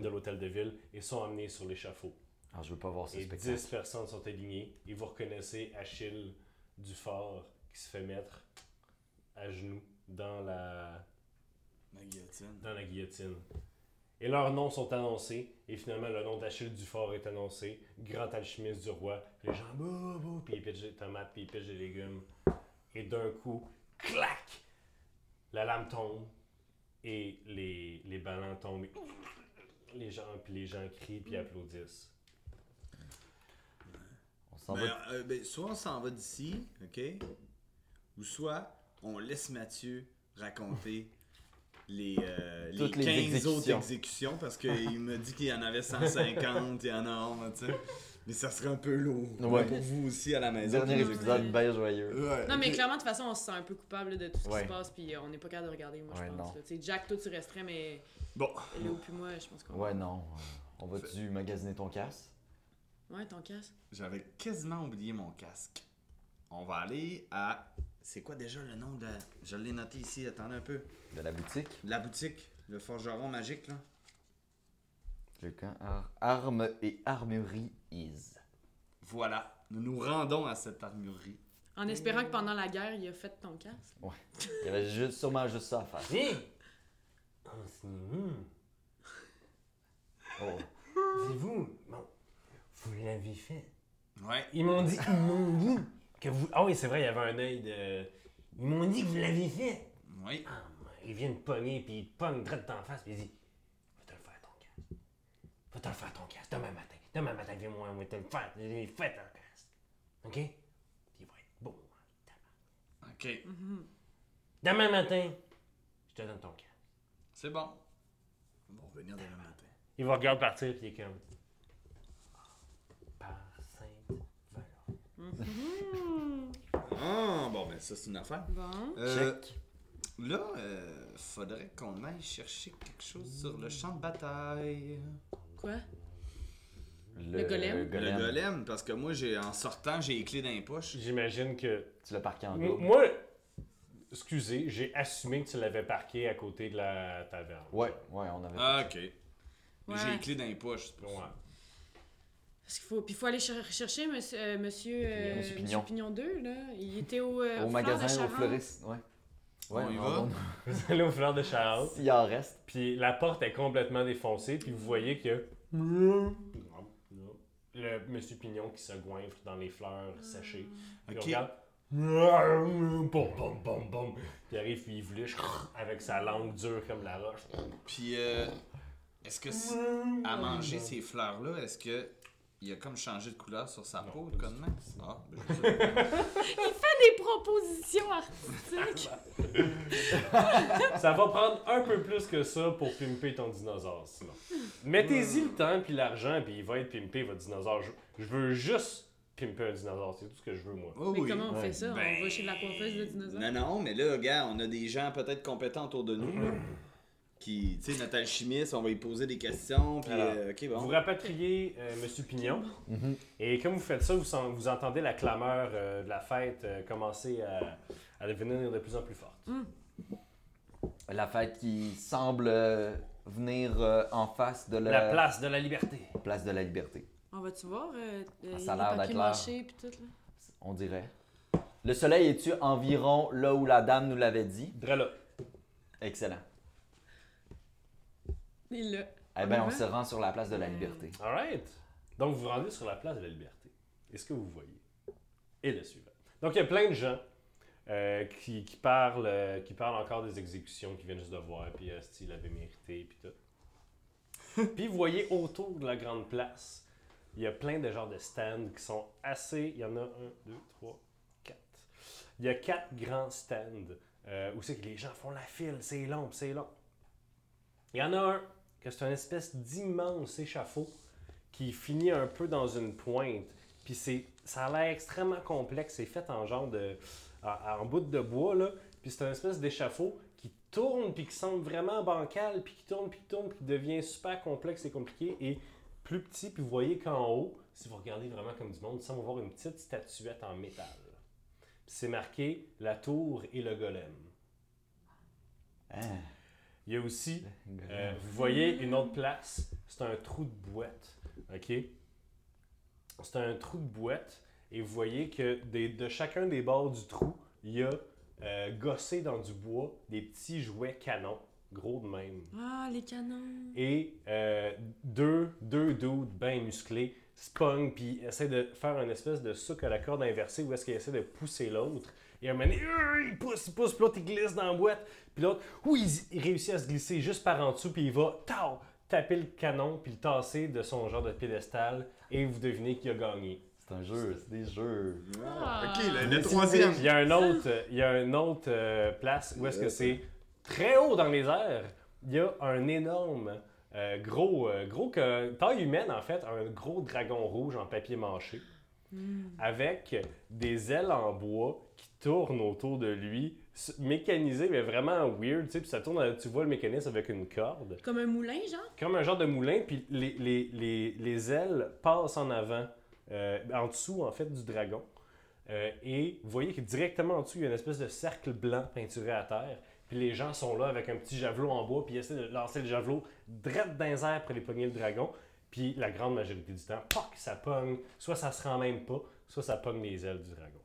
S3: de l'hôtel de ville et sont emmenés sur l'échafaud.
S1: Alors, je veux pas voir ce
S3: Et
S1: spectacle.
S3: 10 personnes sont alignées et vous reconnaissez Achille du fort qui se fait mettre à genoux dans la
S4: La guillotine.
S3: dans la guillotine. Et leurs noms sont annoncés, et finalement le nom d'Achille Dufort est annoncé, grand alchimiste du roi. Les gens bouh, bouh, puis ils pitchent des tomates, puis ils pitchent des légumes. Et d'un coup, clac, la lame tombe, et les, les ballons tombent. et Les gens, puis les gens crient, puis applaudissent.
S1: On s'en
S4: Mais,
S1: va.
S4: euh, ben, soit on s'en va d'ici, OK? Ou soit on laisse Mathieu raconter les, euh, les
S1: Toutes
S4: 15
S1: les
S4: autres
S1: exécutions.
S4: exécutions parce qu'il m'a dit qu'il y en avait 150, il y en a 11, tu sais. Mais ça serait un peu lourd
S1: Ouais.
S4: pour vous aussi à la maison.
S1: Dernier
S2: Ouais.
S1: épisode bien joyeux.
S4: Ouais.
S2: Non, mais
S4: Ok.
S2: clairement, de toute façon, on se sent un peu coupable là, de tout ce qui
S1: Ouais.
S2: se passe, puis euh, on n'est pas capable de regarder, moi,
S1: Ouais,
S2: je
S1: non.
S2: pense. là. Tu sais, Jack, toi, tu resterais, mais
S4: Bon,
S2: Léo, puis moi, je pense qu'on.
S1: Ouais, non. euh, On va-tu magasiner ton casque?
S2: Ouais, ton casque.
S4: j'avais quasiment oublié mon casque. On va aller à. C'est quoi déjà le nom de. Je l'ai noté ici, attendez un peu.
S1: De la boutique?
S4: La boutique, le forgeron magique, là.
S1: J'ai qu'un ar- arme et armurerie is.
S4: Voilà, nous nous rendons à cette armurerie.
S2: En espérant que pendant la guerre, il a fait ton casque.
S1: Il y avait juste, sûrement juste ça à faire.
S3: Hum! Ah, c'est- hum.
S1: Oh.
S3: C'est vous, bon, vous l'avez fait.
S4: Ouais.
S3: Ils m'ont dit, ils m'ont dit que vous. Ah oui, c'est vrai, il y avait un œil de. Ils m'ont dit que vous l'aviez fait.
S4: Oui.
S3: Ah, il vient de pogner, puis il te pogne direct en face, puis il dit Va te le faire ton casque. Va te le faire ton casque demain matin. Demain matin, viens-moi, on va te le faire. Je l'ai fait ton casque. OK Il va être beau. hein, tabarnak.
S4: Ok,
S3: Demain matin, je te donne ton casque.
S4: c'est bon. On va revenir demain matin.
S3: Il va regarder partir, puis il est comme Ah, Par Sainte-Valeur.
S4: Ah, bon, ben ça, c'est une affaire.
S2: Bon.
S4: Euh, Là, euh, faudrait qu'on aille chercher quelque chose sur le champ de bataille.
S2: Quoi Le golem?
S1: Le golem.
S4: Le golem, parce que moi, j'ai en sortant, j'ai les clés dans les poches.
S3: J'imagine que
S1: Tu l'as parqué en
S3: M-
S1: double.
S3: Moi, excusez, j'ai assumé que tu l'avais parqué à côté de la taverne.
S1: Ouais, ouais, on avait.
S4: Ah, ok. Mais J'ai
S2: Ouais.
S4: les clés dans les poches, c'est pour
S3: Ouais.
S4: ça.
S2: Parce qu'il faut. Puis il faut aller cher- chercher monsieur, euh, monsieur, euh,
S1: Monsieur Pignon.
S2: monsieur Pignon 2, là. Il était au. euh, Fleurs
S1: au
S2: de
S1: magasin, au
S2: Charente.
S1: fleuriste. Ouais. Ouais,
S4: On y
S1: on-
S3: Vous allez au fleur de
S1: on-
S3: Charles,
S1: S'il en reste.
S3: puis la porte est complètement défoncée, puis vous voyez que le monsieur Pignon qui se goinfre dans les fleurs séchées. Il
S4: Ok.
S3: regarde. Bom, bom, bom, bom. Puis il arrive, puis il vliche avec sa langue dure comme la roche.
S4: Puis, euh, est-ce que si- à manger ces fleurs-là, est-ce que il a comme changé de couleur sur sa
S3: Non,
S4: peau,
S3: pas
S4: comme même? Ah, ben, je sais pas.
S2: Des propositions artistiques.
S3: Ça va prendre un peu plus que ça pour pimper ton dinosaure, sinon. Mettez-y le temps puis l'argent, puis il va être pimpé, votre dinosaure. Je, je veux juste pimper un dinosaure, c'est tout ce que je veux, moi.
S4: Oh,
S2: mais
S4: oui.
S2: comment on fait ça
S4: Ben,
S2: On va chez la coiffeuse de dinosaures
S4: Non, non, mais là, gars, on a des gens peut-être compétents autour de nous, là, qui, tu sais, notre alchimiste, on va lui poser des questions, puis,
S3: Alors,
S4: euh, ok,
S3: Vous
S4: bon.
S3: rapatriez euh, Monsieur Pignon,
S1: Mhm.
S3: et comme vous faites ça, vous, sen- vous entendez la clameur euh, de la fête euh, commencer à, à devenir de plus en plus forte.
S1: La fête qui semble euh, venir euh, en face de la,
S3: La place de la liberté.
S1: place de la liberté.
S2: On va-tu voir? euh, euh,
S1: Ça a
S2: les
S1: l'air d'être
S2: papiers
S1: l'heure.
S2: mâchés puis tout, là?
S1: On dirait. Le soleil est-tu environ là où la dame nous l'avait dit?
S3: Drella.
S1: Excellent.
S2: Il est là.
S1: Eh
S2: On
S1: bien,
S2: y
S1: on
S2: va?
S1: se rend sur la place de la
S2: Ouais.
S1: liberté.
S3: Alright. Donc, vous vous rendez sur la place de la liberté. Et ce que vous voyez est le suivant. Donc, il y a plein de gens euh, qui, qui parlent, euh, qui parlent encore des exécutions qu'ils viennent juste de voir, puis euh, s'ils l'avaient mérité, puis tout. puis, vous voyez autour de la grande place, il y a plein de genres de stands qui sont assez. Il y en a un, deux, trois, quatre. Il y a quatre grands stands euh, où c'est que les gens font la file. C'est long, puis c'est long. Il y en a un que c'est une espèce d'immense échafaud qui finit un peu dans une pointe. Puis c'est, ça a l'air extrêmement complexe. C'est fait en genre de. en, en bout de bois, là. Puis c'est un espèce d'échafaud qui tourne, puis qui semble vraiment bancal, puis qui tourne, puis qui tourne, puis qui devient super complexe et compliqué. Et plus petit, puis vous voyez qu'en haut, si vous regardez vraiment comme du monde, il semble avoir une petite statuette en métal. Puis c'est marqué la tour et le golem.
S1: Hein?
S3: Il y a aussi euh, vous voyez une autre place, c'est un trou de boîte. OK? C'est un trou de boîte et vous voyez que des- de chacun des bords du trou, il y a euh, gossé dans du bois des petits jouets canons, gros de même.
S2: Ah, les canons.
S3: Et euh, deux, deux dudes bien musclés spongent puis essaient de faire une espèce de souk à la corde inversée où est-ce qu'ils essaient de pousser l'autre. Et un moment donné, euh, il pousse, il pousse, puis l'autre il glisse dans la boîte. Puis l'autre, oui, il, il réussit à se glisser juste par en dessous puis il va tao, taper le canon puis le tasser de son genre de pédestal et vous devinez qu'il a gagné.
S1: C'est un jeu, c'est des jeux.
S2: Ah.
S4: Ok, le, le
S1: Mais c'est
S4: troisième.
S3: Il y a un autre, euh, il y a une autre euh, place où est-ce que c'est très haut dans les airs. Il y a un énorme, euh, gros, euh, gros que taille humaine en fait, un gros dragon rouge en papier mâché, avec des ailes en bois qui tournent autour de lui, s- mécanisé mais vraiment weird, tu sais, puis ça tourne, euh, tu vois le mécanisme avec une corde
S2: Comme un moulin, genre?
S3: comme un genre de moulin, puis les, les- les- les ailes passent en avant, euh, en dessous, en fait, du dragon. Euh, et vous voyez que directement en dessous, il y a une espèce de cercle blanc peinturé à terre. Puis les gens sont là avec un petit javelot en bois, puis ils essaient de lancer le javelot direct dans les airs pour les pogner le dragon. Puis la grande majorité du temps, poc, ça pogne. Soit ça se rend même pas, soit ça pogne les ailes du dragon.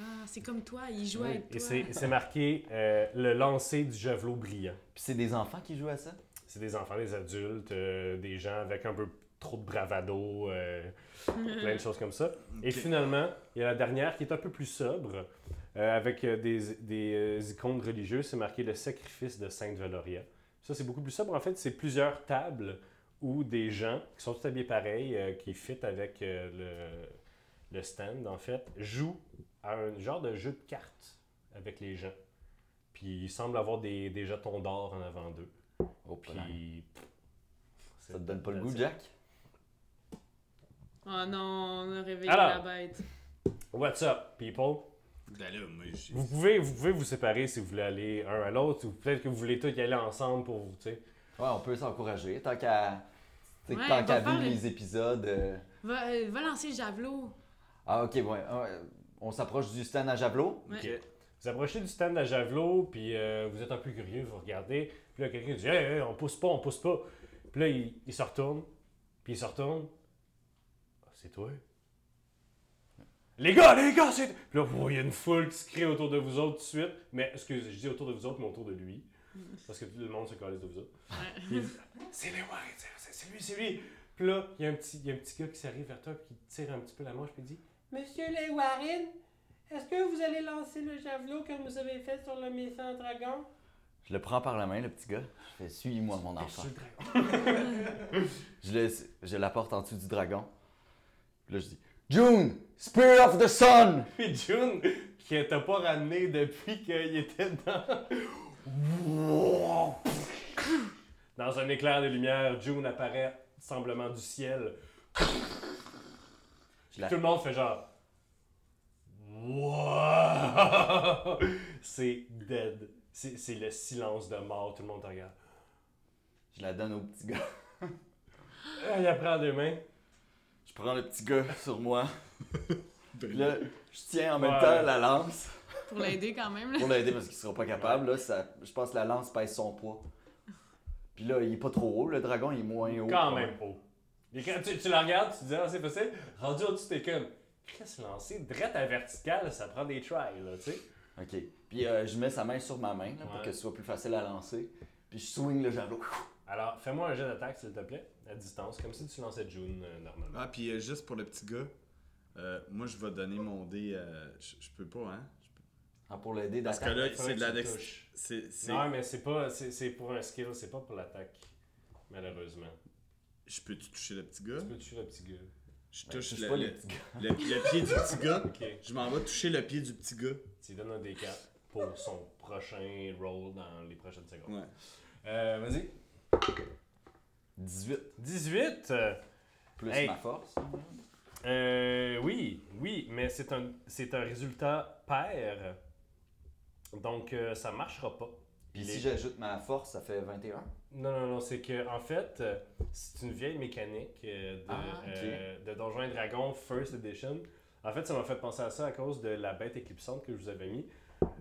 S2: Ah, c'est comme toi, il joue avec toi.
S3: Et c'est c'est marqué euh, le lancer du javelot brillant.
S1: Puis c'est des enfants qui jouent à ça?
S3: C'est des enfants, des adultes, euh, des gens avec un peu trop de bravado, euh,
S2: Mm.
S3: plein de choses comme ça. Et finalement, il y a la dernière qui est un peu plus sobre, euh, avec euh, des, des, euh, icônes religieuses. C'est marqué le sacrifice de Sainte Valoria. Ça, c'est beaucoup plus sobre. En fait, c'est plusieurs tables où des gens qui sont tous habillés pareil, euh, qui fit avec euh, le, le stand, en fait, jouent à un genre de jeu de cartes avec les gens. Puis il semble avoir des, des jetons d'or en avant d'eux.
S1: Oh, puis
S3: Puis. pff,
S1: ça te donne pas le
S3: c'est-
S1: goût, Jack?
S2: Oh non, on a réveillé la
S3: Alors.
S2: bête.
S3: What's up, people?
S4: Ben là, moi, j'ai-
S3: Vous pouvez, vous pouvez vous séparer si vous voulez aller un à l'autre, ou peut-être que vous voulez tous y aller ensemble pour vous, tu sais.
S1: Ouais, on peut s'encourager. Tant qu'à t'sais,
S2: Ouais,
S1: tant
S2: on
S1: qu'à
S2: va
S1: vivre
S2: faire-
S1: les épisodes. euh,
S2: Va, euh, va lancer le javelot.
S1: Ah, ok, ouais. ouais, on s'approche du stand à javelot.
S2: Ouais.
S3: Ok. Vous approchez du stand à javelot, puis euh, vous êtes un peu curieux, vous regardez, puis là, quelqu'un dit Hey, hey, on pousse pas, on pousse pas. Puis là, il, il se retourne, puis il se retourne. Ah, c'est toi. Les gars, les gars, c'est. Puis là, oh, il y a une foule qui se crée autour de vous autres tout de suite. Mais, excusez, je dis autour de vous autres, mais autour de lui. Parce que tout le monde se calisse de vous autres. Puis il dit, c'est les White, c'est- c'est c'est lui, c'est lui. Puis là, il y, a un petit- il y a un petit gars qui s'arrive vers toi puis qui tire un petit peu la manche puis il dit Monsieur les Warren, est-ce que vous allez lancer le javelot comme vous avez fait sur le méchant dragon
S1: Je le prends par la main, le petit gars. Je fais suis-moi, mon enfant.
S3: Sur le dragon.
S1: Je, le, je la porte en dessous du dragon. Puis là, je dis June, Spear of the Sun!
S3: Puis June, qui t'a pas ramené depuis qu'il était dans. Dans un éclair de lumière, June apparaît semblement du ciel.
S1: Je la-
S3: Tout le monde fait genre. Wow! C'est dead. C'est c'est le silence de mort. Tout le monde te regarde.
S1: Je la donne au petit gars.
S3: Euh, Il apprend deux mains.
S1: Je prends le petit gars sur moi. Puis là, je tiens en même
S3: Ouais.
S1: temps la lance
S2: Pour l'aider quand même. là.
S1: pour l'aider parce qu'il sera pas capable. Là, ça, je pense que la lance pèse son poids. Puis là, il est pas trop haut. Le dragon, il est moins haut.
S3: Quand même haut. Mais quand tu, tu la regardes, tu te dis, ah, c'est facile. Rendu au-dessus, t'es comme, qu'est-ce que lancer? Drette à verticale, ça prend des tries, là, tu sais.
S1: Ok. Puis euh, je mets sa main sur ma main là, pour
S3: Ouais.
S1: que ce soit plus facile à lancer. Puis je swing le javelot.
S3: Alors, fais-moi un jet d'attaque, s'il te plaît, à distance, comme si tu lançais June euh, normalement.
S4: Ah, puis euh, juste pour le petit gars, euh, moi je vais donner mon dé. euh, je je peux pas, hein? Je peux-
S1: Ah, pour l'aider
S4: Parce que
S1: d'attaque.
S4: là,
S3: il faudrait
S4: c'est de la
S3: que tu le
S4: dex-
S3: touches.
S4: c'est- c'est-
S3: Non, mais c'est pas, c'est, c'est pour un skill, c'est pas pour l'attaque, malheureusement.
S4: Je peux-tu toucher le petit gars?
S3: Tu peux tuer le petit gars.
S4: Je touche
S1: touche
S4: le,
S1: Ben, pas
S4: le-
S1: le petit
S4: Ben, le- le pied du petit gars.
S3: Ok.
S4: Je m'en vais toucher le pied du petit gars.
S3: Tu lui donnes un D4 pour son prochain roll dans les prochaines secondes.
S4: Ouais.
S3: Euh, vas-y.
S1: 18
S3: 18! euh,
S1: plus
S3: Hey.
S1: ma force.
S3: Euh, oui, oui, mais c'est un, c'est un résultat pair. Donc, euh, ça marchera pas.
S1: Puis
S3: Il
S1: si
S3: est-
S1: j'ajoute ma force, ça fait 21.
S3: Non, non, non, c'est que, en fait, euh, c'est une vieille mécanique euh, de,
S1: Ah,
S3: euh, de Donjons et Dragons First Edition. En fait, ça m'a fait penser à ça à cause de la bête éclipsante que je vous avais mis.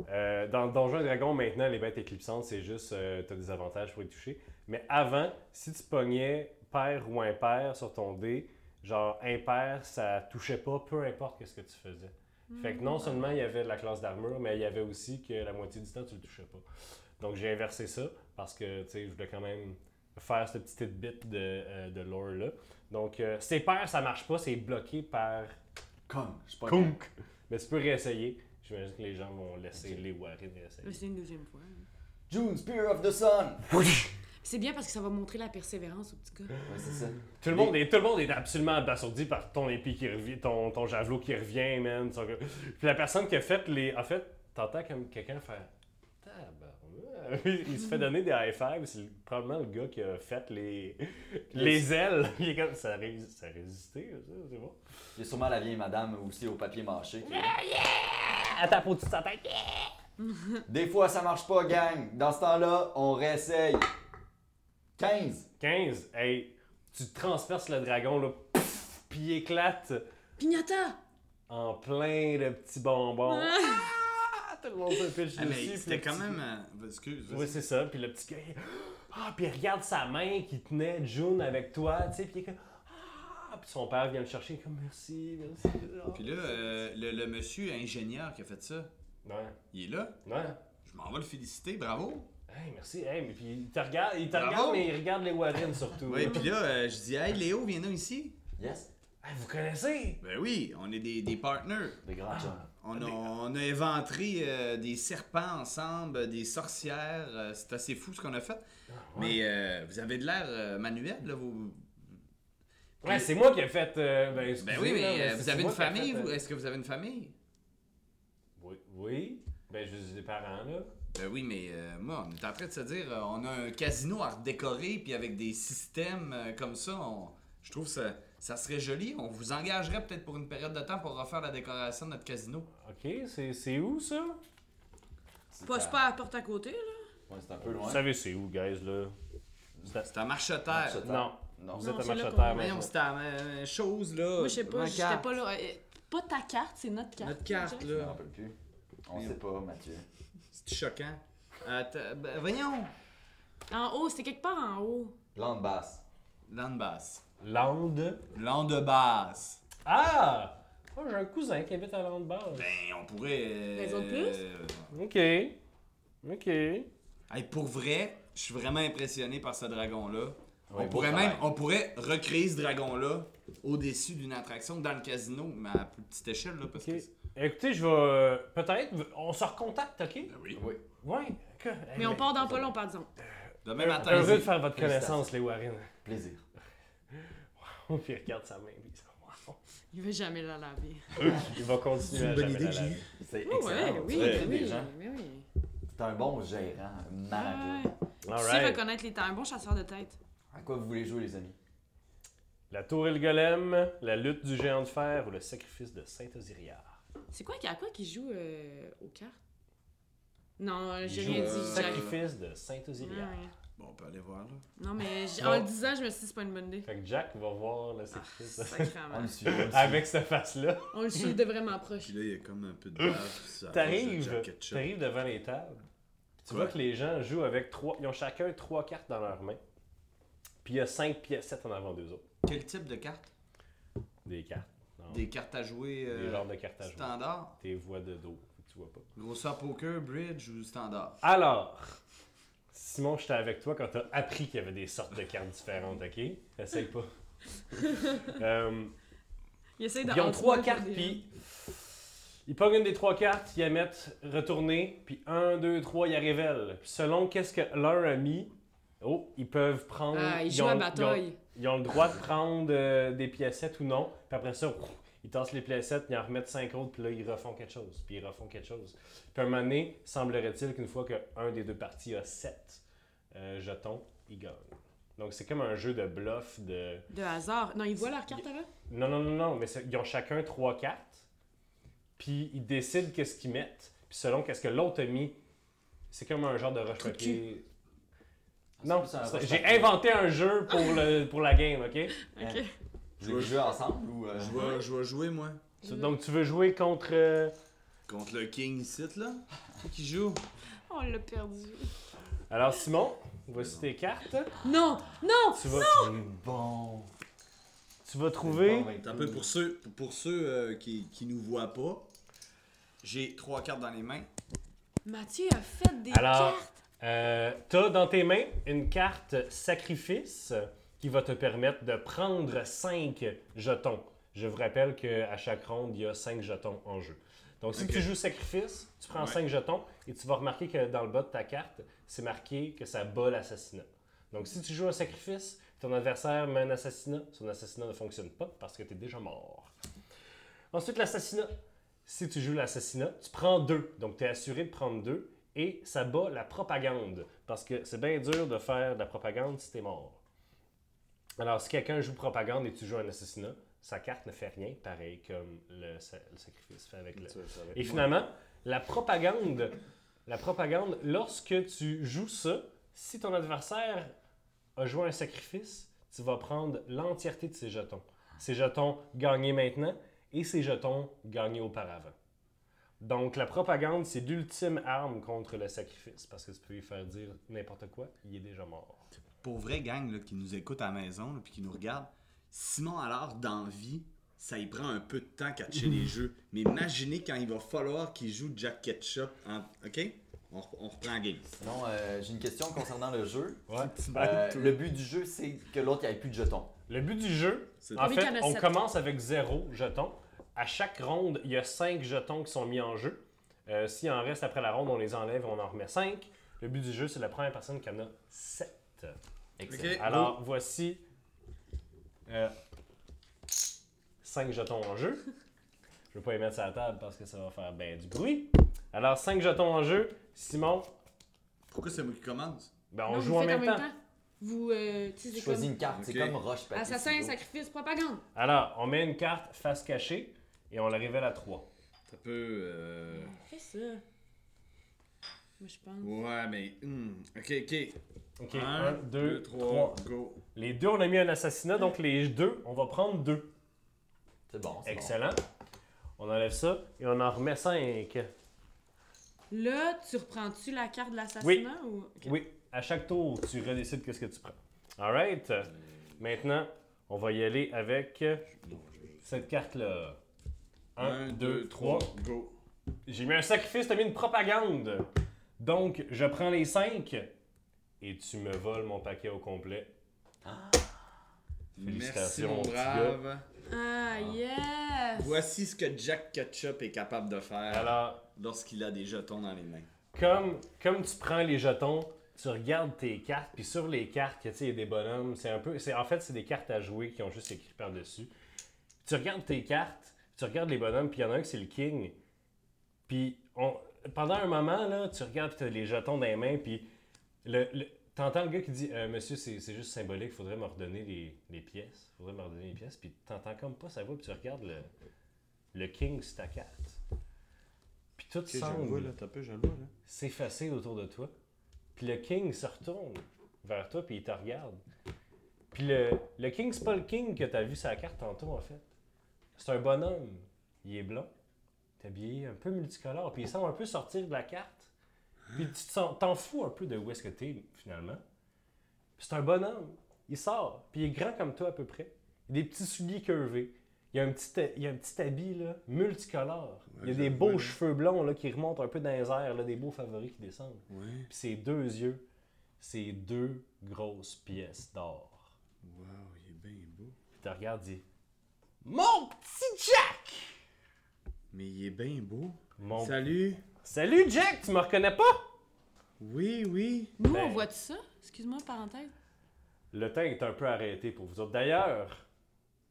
S3: Euh, dans Donjons et Dragons, maintenant, les bêtes éclipsantes, c'est juste, euh, t'as des avantages pour les toucher. Mais avant, si tu pognais pair ou impair sur ton dé, genre impair, ça touchait pas, peu importe qu'est-ce que tu faisais. Fait que non seulement il y avait la classe d'armure, mais il y avait aussi que la moitié du temps, tu le touchais pas. Donc j'ai inversé ça parce que tu sais, je voulais quand même faire ce petit tidbit de, euh, de lore là. Donc euh, c'est pair, ça marche pas, c'est bloqué par
S1: Comme. Je suis pas
S3: Kunk. Mais tu peux réessayer. J'imagine que les gens vont laisser les Warren réessayer.
S2: Mais C'est une deuxième fois.
S1: June, Spear of the Sun. ouais,
S2: C'est bien parce que ça va montrer la persévérance au petit gars.
S1: c'est ça.
S3: Tout le, monde est, tout le monde est absolument abasourdi par ton épée qui revient, ton, ton javelot qui revient, man. Ils sont comme- Puis la personne qui a fait les. En fait, t'entends comme quelqu'un faire. Tabarnak. Il se fait donner des high fives. C'est le- probablement le gars qui a fait les, les ailes. Il est comme. Ça a, ré- ça a résisté, ça, c'est bon.
S1: Il y a sûrement la vieille madame aussi au papier mâché. qui est là.
S3: Elle tape au-dessus de sa tête.
S1: Des fois, ça marche pas, gang. Dans ce temps-là, on réessaye. 15.
S3: 15. Hey, tu transperces le dragon, là. pff, Puis il éclate
S2: Pignata!
S3: en plein de petits bonbons. Ah, tout le monde se pitch
S4: Ah,
S3: dessus,
S4: mais
S3: puis
S4: c'était
S3: le
S4: quand
S3: petit-
S4: même. euh, Excuse. vas-y.
S3: Oui, c'est ça. Puis le petit gars, il- ah, puis il regarde sa main qui tenait June avec toi, tu sais, puis il est comme, ah, puis son père vient le chercher, il est comme, merci, merci. Ah.
S4: Puis là, euh, le, le monsieur ingénieur qui a fait ça,
S3: Ouais,
S4: il est là.
S3: ouais.
S4: Je m'en vais le féliciter, bravo.
S3: Hey, merci. Hey, mais puis il te regarde, il te
S4: Bravo.
S3: regarde, mais il regarde les Warren surtout.
S4: Ouais, puis là, euh, je dis, hey Léo, viens nous ici.
S1: Yes.
S3: Hey, vous connaissez?
S4: Ben oui, on est des, des partners.
S1: Des
S3: Ah.
S1: grands gens.
S4: On a, on a inventé euh, des serpents ensemble, des sorcières. euh, c'est assez fou ce qu'on a fait.
S3: Ah,
S4: Mais euh, vous avez de l'air euh, manuel, là. Vous...
S3: Ouais, c'est moi qui ai fait. euh, ben, excusez,
S4: Ben oui, mais,
S3: là,
S4: euh,
S3: c'est-
S4: vous
S3: c'est
S4: avez une
S3: moi qui ai
S4: famille?
S3: fait, euh,
S4: vous- Est-ce que vous avez une famille?
S3: Oui, oui. Ben, je veux des parents, là.
S4: Ben oui, mais euh, moi, on est en train de se dire, euh, on a un casino à redécorer, puis avec des systèmes euh, comme ça, on- je trouve ça, ça serait joli. On vous engagerait peut-être pour une période de temps pour refaire la décoration de notre casino.
S3: Ok, c'est c'est où ça?
S1: C'est
S2: Pas
S3: Ah.
S1: à-
S2: super à la porte à côté, là.
S1: Ouais, c'est un peu loin.
S3: Vous savez, c'est où, guys, là?
S4: C'est à marche-terre.
S1: Marche-Terre.
S3: Non.
S1: Non.
S3: Vous êtes
S2: Non,
S3: à
S2: c'est là
S3: marche à
S2: qu'on-
S3: terre,
S4: Voyons,
S3: maintenant.
S4: c'est à euh, chose, là.
S2: Moi, je sais pas,
S4: Ma
S2: j'étais
S4: carte.
S2: pas là. Euh, Pas ta carte, c'est notre carte.
S4: Notre carte,
S2: Jack.
S1: Je me
S4: là.
S1: rappelle plus. On sait pas, Mathieu.
S4: C'est choquant. Attends, ben, voyons.
S2: En haut, c'est quelque part en haut.
S1: Lande basse.
S4: L'an de basse.
S3: Lande.
S4: L'an de basse.
S3: Ah! Oh, j'ai un cousin qui habite à Landbar.
S4: Ben, on pourrait. euh,
S2: Les autres plus?
S3: Ok. Ok.
S4: Hey, pour vrai, je suis vraiment impressionné par ce dragon-là. on,
S1: Ouais, beau
S4: pourrait
S1: travail.
S4: même, on pourrait recréer ce dragon-là au-dessus d'une attraction dans le casino, mais à plus petite échelle, là, parce
S3: Ok.
S4: que...
S3: Écoutez, je vais. euh, Peut-être. On se recontacte, ok?
S4: Ben oui.
S1: Oui.
S3: Ouais. ok. Eh,
S2: Mais on part dans pas long, par exemple.
S4: Demain matin,
S3: Heureux de
S4: vas-y.
S3: faire votre
S1: Félicitations.
S3: connaissance, les Warren.
S1: Plaisir.
S3: Puis il regarde sa main. puis il s'en va.
S2: Il veut jamais la laver.
S3: Il va continuer à jamais la laver.
S1: C'est
S2: Oh,
S1: excellent.
S2: ouais,
S1: Tu
S2: oui,
S1: recrutes
S2: oui,
S1: des gens.
S2: mais oui.
S1: T'es un bon gérant, un manager.
S2: Ouais. Tu sais
S3: Alright.
S2: reconnaître les temps, un bon chasseur de tête.
S1: À quoi vous voulez jouer, les amis?
S3: La tour et le golem, la lutte du géant de fer ou le sacrifice de Saint-Osiriard.
S2: C'est quoi, à quoi qu'il joue euh, aux cartes? Non, j'ai
S3: Il joue
S2: rien
S3: au
S2: dit.
S4: euh,
S2: j'ai-
S3: Sacrifice de
S2: Ouais,
S3: Saint-Osiriard.
S2: ouais.
S4: Bon, on peut aller voir, là.
S2: Non, mais j-
S3: Bon.
S2: en le disant, je me suis dit, c'est pas une bonne idée.
S3: Fait que Jack va voir le sacrifice de-
S1: On
S2: Sacrément.
S1: le suit. on le suit.
S3: avec cette face-là.
S2: On le suit de vraiment proche.
S4: Puis là, il y a comme un peu de bave, ça approche de
S3: T'arrives,
S4: Jack Ketchup.
S3: t'arrives devant les tables. Tu
S4: Quoi?
S3: vois que les gens jouent avec trois. Ils ont chacun trois cartes dans leurs mains. Puis il y a 5 piécettes en avant d'eux autres.
S4: Quel type de carte
S3: Des cartes. Non,
S4: Des cartes à jouer
S3: des
S4: euh,
S3: genres de cartes à jouer.
S4: standard
S3: Tes voix de dos, que tu vois pas.
S4: Grosseur poker, bridge ou standard
S3: Alors, Simon, j'étais avec toi quand t'as appris qu'il y avait des sortes de cartes différentes, ok? Essaye pas. Euh,
S2: Ils essayent
S3: ils ont trois cartes, puis ils pognent une des trois cartes, ils la mettent retourner, puis un, deux, trois, ils la révèlent. Puis selon qu'est-ce que leur a mis, oh, ils peuvent prendre.
S2: Ah, ils jouent
S3: ont-
S2: à
S3: ont-
S2: bataille.
S3: Ils ont le droit de prendre euh, des piécettes ou non. Puis après ça, ouf, ils tassent les piécettes, ils en remettent cinq autres, puis là, ils refont quelque chose. Puis ils refont quelque chose. Puis à un moment donné, semblerait-il qu'une fois qu'un des deux parties a sept euh, jetons, ils gagnent. Donc c'est comme un jeu de bluff de.
S2: De hasard. Non, ils voient leurs cartes avant?
S3: Non, non, non, non, mais c'est- ils ont chacun trois cartes. Puis ils décident qu'est-ce qu'ils mettent. Puis selon qu'est-ce que l'autre a mis, c'est comme un genre de roche-papier. Non,
S1: Ah, C'est plus un
S3: c'est- j'ai
S1: roche-papier.
S3: inventé un jeu pour, le, pour la game, ok?
S2: Ok.
S1: Vous voulez jouer ensemble ou. euh,
S4: Je vais, je vais jouer, moi.
S3: Tu- Donc tu veux jouer contre. euh,
S4: Contre le king ici, là. Qui joue
S2: On l'a perdu.
S3: Alors Simon, voici tes cartes.
S2: Non! Non!
S3: Tu vas,
S1: C'est bon.
S3: tu vas trouver.
S1: C'est bon,
S4: T'as
S1: ben,
S4: un peu pour ceux, pour- pour ceux euh, qui, qui nous voient pas. J'ai trois cartes dans les mains.
S2: Mathieu a fait des
S3: Alors,
S2: cartes.
S3: euh, t'as dans tes mains une carte sacrifice qui va te permettre de prendre 5 jetons. Je vous rappelle qu'à chaque ronde, il y a 5 jetons en jeu. Donc, si
S4: Ok.
S3: tu joues sacrifice, tu prends
S4: Ouais.
S3: 5 jetons et tu vas remarquer que dans le bas de ta carte, c'est marqué que ça bat l'assassinat. Donc, si tu joues un sacrifice, ton adversaire met un assassinat. Son assassinat ne fonctionne pas parce que tu es déjà mort. Ensuite, l'assassinat. Si tu joues l'assassinat, tu prends deux. Donc, tu es assuré de prendre deux. Et ça bat la propagande. Parce que c'est bien dur de faire de la propagande si tu es mort. Alors, si quelqu'un joue propagande et tu joues un assassinat, sa carte ne fait rien, pareil comme le, sa- le sacrifice fait avec le. Et finalement, la propagande, la propagande, lorsque tu joues ça, si ton adversaire a joué un sacrifice, tu vas prendre l'entièreté de ses jetons. Ses jetons gagnés maintenant et ses jetons gagnés auparavant. Donc, la propagande, c'est l'ultime arme contre le sacrifice, parce que tu peux lui faire dire n'importe quoi, il est déjà mort.
S4: Pour vrai, gang, là, qui nous écoute à la maison, là, puis qui nous regarde, Simon, alors, dans vie, ça y prend un peu de temps qu'à catcher les jeux. Mais imaginez quand il va falloir qu'il joue Jack Ketchup. en- OK? On, rep- on reprend la game.
S1: Sinon, euh, j'ai une question concernant le jeu.
S3: Ouais.
S4: Ben,
S1: Euh, le but du jeu, c'est que l'autre, il n'y ait plus de jetons.
S3: Le but du jeu,
S4: C'est
S3: en
S2: Oui,
S3: fait,
S2: qu'il y en a
S3: on
S2: sept.
S3: commence avec zéro jeton. À chaque ronde, il y a cinq jetons qui sont mis en jeu. Euh, S'il en reste après la ronde, on les enlève et on en remet cinq. Le but du jeu, c'est la première personne qui en a sept.
S1: Excellent.
S3: Alors, voici euh, cinq jetons en jeu. Je ne veux pas les mettre sur la table parce que ça va faire ben du bruit. Alors, cinq jetons en jeu. Simon,
S4: Pourquoi c'est moi qui commence?
S3: ben, on
S2: Non,
S3: joue
S2: vous
S3: en
S2: faites
S3: même, temps.
S2: Vous, euh, tu sais,
S1: Tu
S2: c'est
S1: choisis
S2: comme... Ah,
S1: une carte,
S4: Ok.
S1: c'est comme roche papier
S2: Assassin,
S1: ciseaux.
S2: sacrifice, propagande.
S3: Alors, on met une carte face cachée et on la révèle à trois.
S4: Ça peut... euh,
S2: Fais ça. Moi, je pense.
S4: Ouais, mais... hmm, OK, OK.
S3: Ok,
S4: Un,
S3: 1, 2, 3.
S4: go.
S3: Les deux, on a mis un assassinat, donc les deux, on va prendre deux.
S1: C'est bon, c'est bon.
S3: Excellent. On enlève ça et on en remet cinq.
S2: Là, tu reprends-tu la carte de l'assassinat
S3: Oui.
S2: ou... Ok.
S3: Oui, à chaque tour, tu redécides qu'est-ce que tu prends. Alright. Maintenant, on va y aller avec cette carte-là. 1, 2, 3.
S4: go.
S3: J'ai mis un sacrifice, t'as mis une propagande. Donc, je prends les cinq et tu me voles mon paquet au complet.
S4: Merci,
S3: Félicitations,
S4: mon
S3: mon petit
S4: brave.
S2: Ah, yes!
S4: Voici ce que Jack Ketchup est capable de
S1: Ah.
S4: faire
S3: Alors,
S4: lorsqu'il a des jetons dans les mains.
S3: comme, comme tu prends les jetons, tu regardes tes cartes, puis sur les cartes, que, tu sais, il y a des bonhommes, c'est un peu. c'est- En fait, c'est des cartes à jouer qui ont juste écrit par-dessus. Tu regardes tes cartes, tu regardes les bonhommes, puis il y en a un qui c'est le king. Puis on- pendant un moment, là, tu regardes, puis t'as les jetons dans les mains, puis le, le- t'entends le gars qui dit Euh, Monsieur, c'est c'est juste symbolique, faudrait me redonner les, les pièces. Faudrait me redonner les pièces, puis t'entends comme pas ça va, puis tu regardes le, le king sur ta carte. Puis tout semble
S4: t'as peu, je le vois, là.
S3: s'effacer autour de toi. Puis le king se retourne vers toi, puis il te regarde. Puis le, le king, c'est pas le king que t'as vu sur la carte tantôt, en fait. C'est un bonhomme. Il est blanc. Il est habillé un peu multicolore. Puis il semble un peu sortir de la carte. Puis tu te sens- t'en fous un peu de où est-ce que t'es, finalement. Puis c'est un bonhomme. Il sort, puis il est grand comme toi à peu près. Il a des petits souliers curvés. Il a un petit, il a un petit habit là, multicolore. il a
S5: je
S3: des
S5: le
S3: beaux
S5: vois, là.
S3: cheveux blonds là, qui remontent un peu dans les airs, là, des beaux favoris qui descendent.
S5: Ouais.
S3: Puis ses deux yeux, c'est deux grosses pièces d'or.
S5: Wow, il est bien beau.
S3: Puis te regarde, dit
S4: Mon petit Jack!
S5: Mais il est bien beau.
S3: Mon...
S5: Salut.
S3: Salut Jack, tu me reconnais pas
S5: Oui, oui.
S2: Nous,
S3: Ben-
S2: on voit tout ça? Excuse-moi, parenthèse.
S3: Le temps est un peu arrêté pour vous autres. D'ailleurs,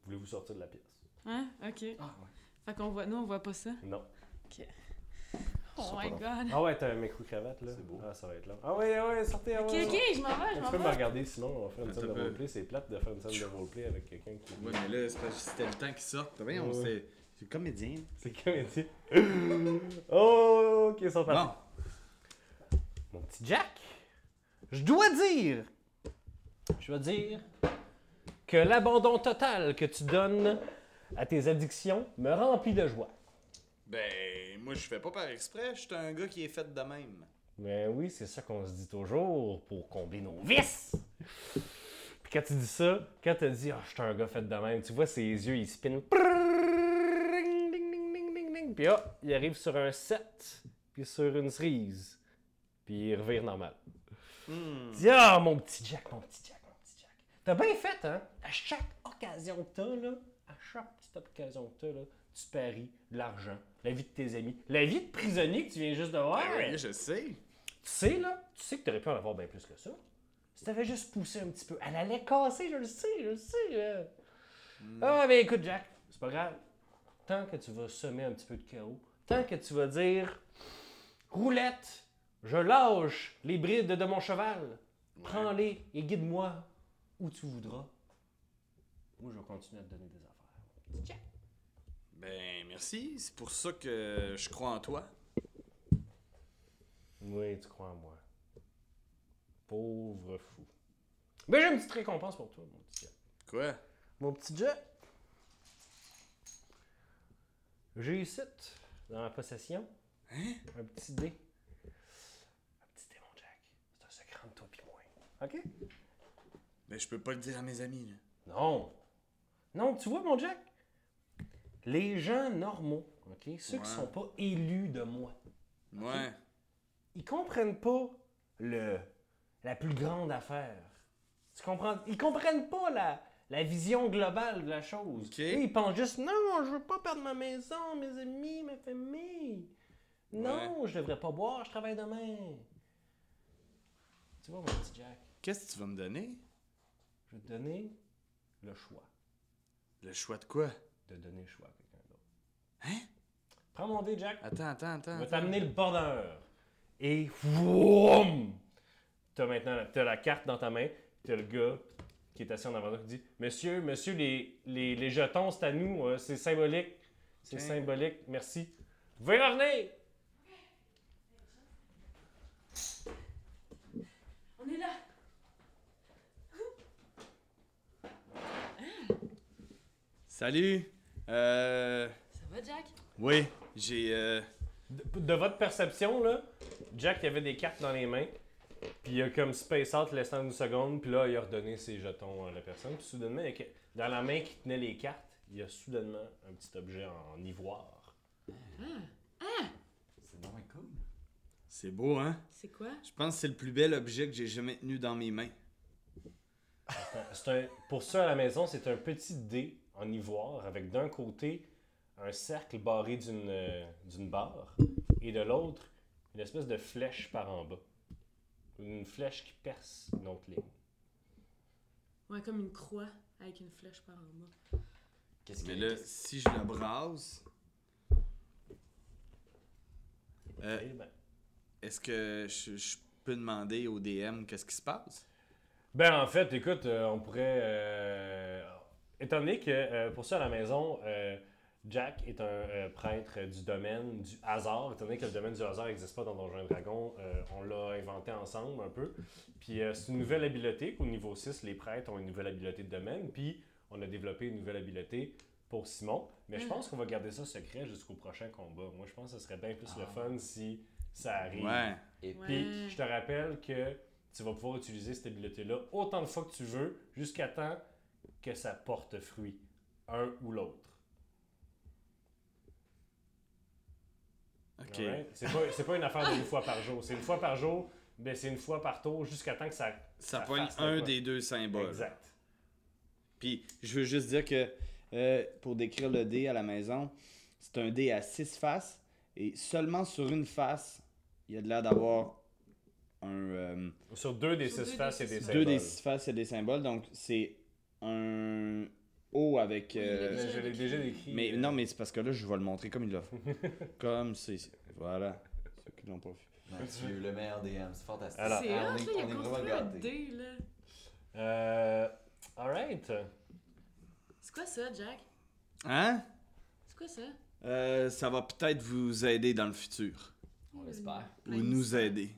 S3: voulez-vous sortir de la pièce
S2: Hein? OK.
S4: Ah, ouais.
S2: Fait qu'on voit... Nous, on voit pas ça.
S3: Non.
S2: Oh
S1: pas
S2: my
S1: long.
S2: God.
S3: Ah ouais, t'as un micro-cravate là.
S1: C'est beau.
S3: Ah, ça va être long. Ah ouais, ah ouais, sortez, ah
S2: OK,
S3: ouais.
S2: OK, je m'en vais, je
S3: Tu
S2: m'en
S3: peux me
S2: vais.
S3: regarder sinon, on va faire une
S5: Attends
S3: scène
S5: un
S3: de
S5: peu.
S3: roleplay. C'est plate de faire une scène de roleplay avec quelqu'un qui.
S5: Ouais, mais là, c'est parce que c'était le temps qu'il sorte. T'as bien, on
S3: Ouais.
S5: s'est- C'est comédien.
S3: C'est comédien. oh, ok, ils sont partis.
S4: Bon,
S3: Mon petit Jack, je dois dire. Je dois dire que l'abandon total que tu donnes à tes addictions me remplit de joie.
S4: ben, moi, je fais pas par exprès. Je suis un gars qui est fait de même.
S3: Ben oui, c'est ça qu'on se dit toujours pour combler nos vices. Puis quand tu dis ça, quand tu dis Ah, je suis un gars fait de même, tu vois ses yeux, ils spinent. Prrrring, ding, ding, ding, ding, ding. Puis hop, il arrive sur un 7, puis sur une cerise. Puis il revire normal. Tu dis Ah, mon petit Jack, mon petit Jack, mon petit Jack. T'as bien fait, hein? À chaque occasion que t'as, là, à chaque petite occasion que t'as, là, tu paries de l'argent, la vie de tes amis, la vie de prisonnier que tu viens juste de voir.
S4: Ben oui, je sais.
S3: Tu sais, là, tu sais que t'aurais pu en avoir bien plus que ça. Si t'avais juste poussé un petit peu, elle allait casser, je le sais, je le sais. là. Ah, ben écoute, Jack, c'est pas grave. Tant que tu vas semer un petit peu de chaos, tant que tu vas dire Roulette, je lâche les brides de mon cheval, prends-les et guide-moi où tu voudras. Moi, je vais continuer à te donner des affaires. Petit Jack.
S4: Ben, merci. C'est pour ça que je crois en toi.
S3: Oui, tu crois en moi. Pauvre fou. Mais j'ai une petite récompense pour toi, mon petit Jack.
S4: Quoi?
S3: Mon petit Jack. J'ai ici, dans la possession,
S4: Hein?
S3: un petit dé. Un petit dé, mon Jack. C'est un secret entre toi pis moi. OK?
S4: Ben, je peux pas le dire à mes amis, là.
S3: Non. Non, tu vois, mon Jack? Les gens normaux, OK? Ceux
S4: Ouais.
S3: qui sont pas élus de moi,
S4: Ouais.
S3: ils comprennent pas le la plus grande affaire. Tu comprends? Ils comprennent pas la, la vision globale de la chose.
S4: Ok.
S3: Eux, Ils pensent juste non, je veux pas perdre ma maison, mes amis, ma famille. Non, je devrais pas boire, je travaille demain. Tu vois, mon petit Jack,
S4: Qu'est-ce que tu vas me donner?
S3: je vais te donner le choix
S4: Le choix de quoi?
S3: de donner le choix à quelqu'un d'autre.
S4: Hein?
S3: Prends mon dé, Jack.
S4: Attends, attends, attends.
S3: On va t'amener le bonheur. Et vroom! T'as maintenant t'as la carte dans ta main, puis t'as le gars qui est assis en avant de toi qui dit Monsieur, monsieur, les, les, les jetons, c'est à nous, euh, c'est symbolique. C'est
S4: Ok.
S3: symbolique, merci. Vous pouvez revenir!
S2: On est là.
S4: Salut! Euh.
S2: Ça va, Jack?
S4: Oui, j'ai. euh,
S3: De, de votre perception, là, Jack il avait des cartes dans les mains, puis il a comme space out laissant une seconde, puis là, il a redonné ses jetons à la personne, puis soudainement, il y a que- dans la main qui tenait les cartes, il y a soudainement un petit objet en ivoire.
S1: C'est vraiment cool.
S4: C'est beau, hein?
S2: C'est quoi?
S4: Je pense que c'est le plus bel objet que j'ai jamais tenu dans mes mains.
S3: C'est un- pour ceux à la maison, c'est un petit dé en ivoire avec d'un côté un cercle barré d'une euh, d'une barre et de l'autre une espèce de flèche par en bas. Une flèche qui perce une autre ligne.
S2: Ouais, comme une croix avec une flèche par en bas.
S1: Qu'est-ce
S4: Mais
S1: qu'il y a?
S4: là, si je le brasse, Euh.
S3: Eh ben.
S4: est-ce que je, je peux demander au DM qu'est-ce qui se passe?
S3: Ben, en fait, écoute, euh, on pourrait. euh, étant donné que euh, pour ça, à la maison, euh, Jack est un euh, prêtre euh, du domaine du hasard. Étant donné que le domaine du hasard n'existe pas dans Donjons et Dragons, euh, on l'a inventé ensemble un peu. Puis euh, c'est une nouvelle habileté. Au niveau 6, les prêtres ont une nouvelle habileté de domaine. Puis on a développé une nouvelle habileté pour Simon. Mais je
S2: Mhm.
S3: pense qu'on va garder ça secret jusqu'au prochain combat. Moi, je pense que ce serait bien plus le
S1: Ah.
S3: fun si ça arrive.
S4: Ouais.
S1: Et puis,
S3: Puis je te rappelle que tu vas pouvoir utiliser cette habileté-là autant de fois que tu veux, jusqu'à temps que ça porte fruit, un ou l'autre.
S6: Ok.
S3: Alright? C'est pas, c'est pas une affaire d'une fois par jour. C'est une fois par jour, mais c'est une fois par tour jusqu'à temps que ça.
S6: Ça
S3: ça
S6: poigne
S3: fasse
S6: un
S3: le pas.
S6: des deux symboles.
S3: Exact.
S6: Puis je veux juste dire que euh, pour décrire le dé à la maison, c'est un dé à six faces et seulement sur une face, il y a de l'air d'avoir un. euh,
S3: Sur deux des
S2: Sur
S3: six
S2: deux
S3: faces,
S2: des
S3: c'est des
S2: six
S6: deux
S3: symboles.
S6: des six faces, c'est des symboles, donc c'est un haut avec.
S2: Oui,
S6: euh,
S2: le-
S3: Je l'ai déjà décrit.
S6: mais non, mais c'est parce que là, je vais le montrer comme il l'a fait. comme c'est. Voilà. Ceux qui l'ont pas vu.
S1: Mathieu, le meilleur DM, c'est fantastique.
S3: Alors,
S2: c'est
S1: Ah,
S2: hot, là, il a construit un
S1: gâtés.
S2: dé, là.
S3: Euh, alright.
S2: C'est quoi ça, Jack?
S6: Hein?
S2: C'est quoi ça?
S6: Euh, ça va peut-être vous aider dans le futur.
S4: On l'espère.
S6: Ou nous aider.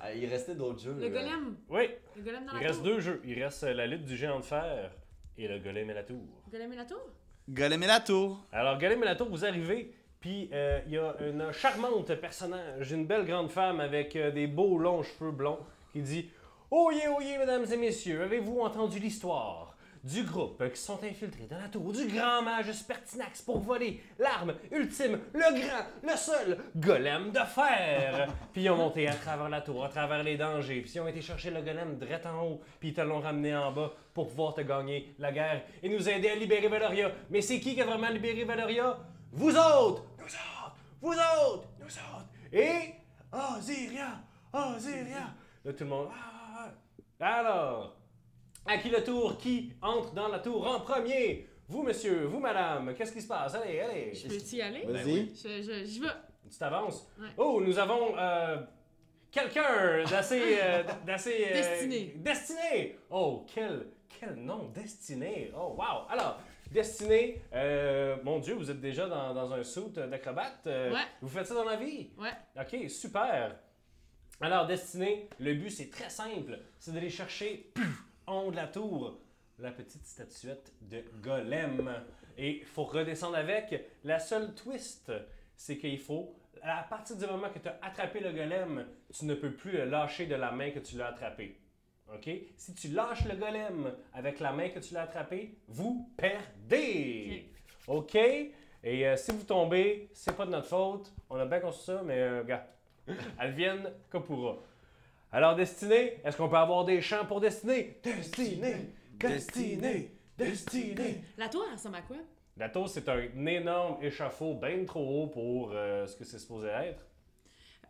S1: Ah, il restait d'autres jeux.
S2: Le
S1: là.
S2: golem!
S3: Oui,
S2: Le golem dans
S3: il
S2: la
S3: reste
S2: tour!
S3: deux jeux. Il reste euh, la lutte du géant de fer et le golem et la tour.
S2: Le golem et la tour?
S6: Golem et la tour!
S3: Alors, Golem et la tour, vous arrivez, puis euh, il y a une charmante personnage, une belle grande femme avec euh, des beaux longs cheveux blonds qui dit Oyez, oyez, mesdames et messieurs, avez-vous entendu l'histoire du groupe qui sont infiltrés dans la tour du grand mage Spertinax pour voler l'arme ultime, le grand, le seul golem de fer. puis ils ont monté à travers la tour, à travers les dangers, puis ils ont été chercher le golem direct en haut, puis ils te l'ont ramené en bas pour pouvoir te gagner la guerre et nous aider à libérer Valoria. Mais c'est qui qui a vraiment libéré Valoria? Vous autres! Nous autres! Vous autres! Nous autres! Et... Oh, Ziria! Oh, Ziria! Là, tout le monde... Ah, ah, ah. Alors... À qui le tour? Qui entre dans la tour en premier? Vous, monsieur, vous, madame, qu'est-ce qui se passe? Allez, allez!
S2: Je peux y aller?
S1: ben
S6: Vas-y.
S2: Je, je, j'y vais.
S3: Tu t'avances.
S2: Ouais.
S3: Oh, nous avons euh, quelqu'un d'assez. euh, d'assez euh,
S2: Destiné.
S3: Destiné. Oh, quel, quel nom, Destiné. Oh, wow. Alors, Destiné, euh, mon Dieu, vous êtes déjà dans, dans un suit d'acrobate. Euh,
S2: Ouais.
S3: Vous faites ça dans la vie?
S2: Ouais.
S3: OK, super. Alors, Destiné, le but, c'est très simple. C'est d'aller chercher, puf, en haut de la tour, la petite statuette de Golem. Et il faut redescendre avec. La seule twist, c'est qu'il faut, à partir du moment que tu as attrapé le Golem, tu ne peux plus le lâcher de la main que tu l'as attrapé. OK? Si tu lâches le Golem avec la main que tu l'as attrapé, vous perdez. OK? Et euh, si vous tombez, c'est pas de notre faute. On a bien construit ça, mais euh, gars, elles viennent comme pourra. Alors, Destinée, est-ce qu'on peut avoir des chants pour Destinée? Destinée! Destinée! Destinée!
S2: La tour, elle ressemble à quoi?
S3: La tour, c'est un énorme échafaud bien trop haut pour euh, ce que c'est supposé être.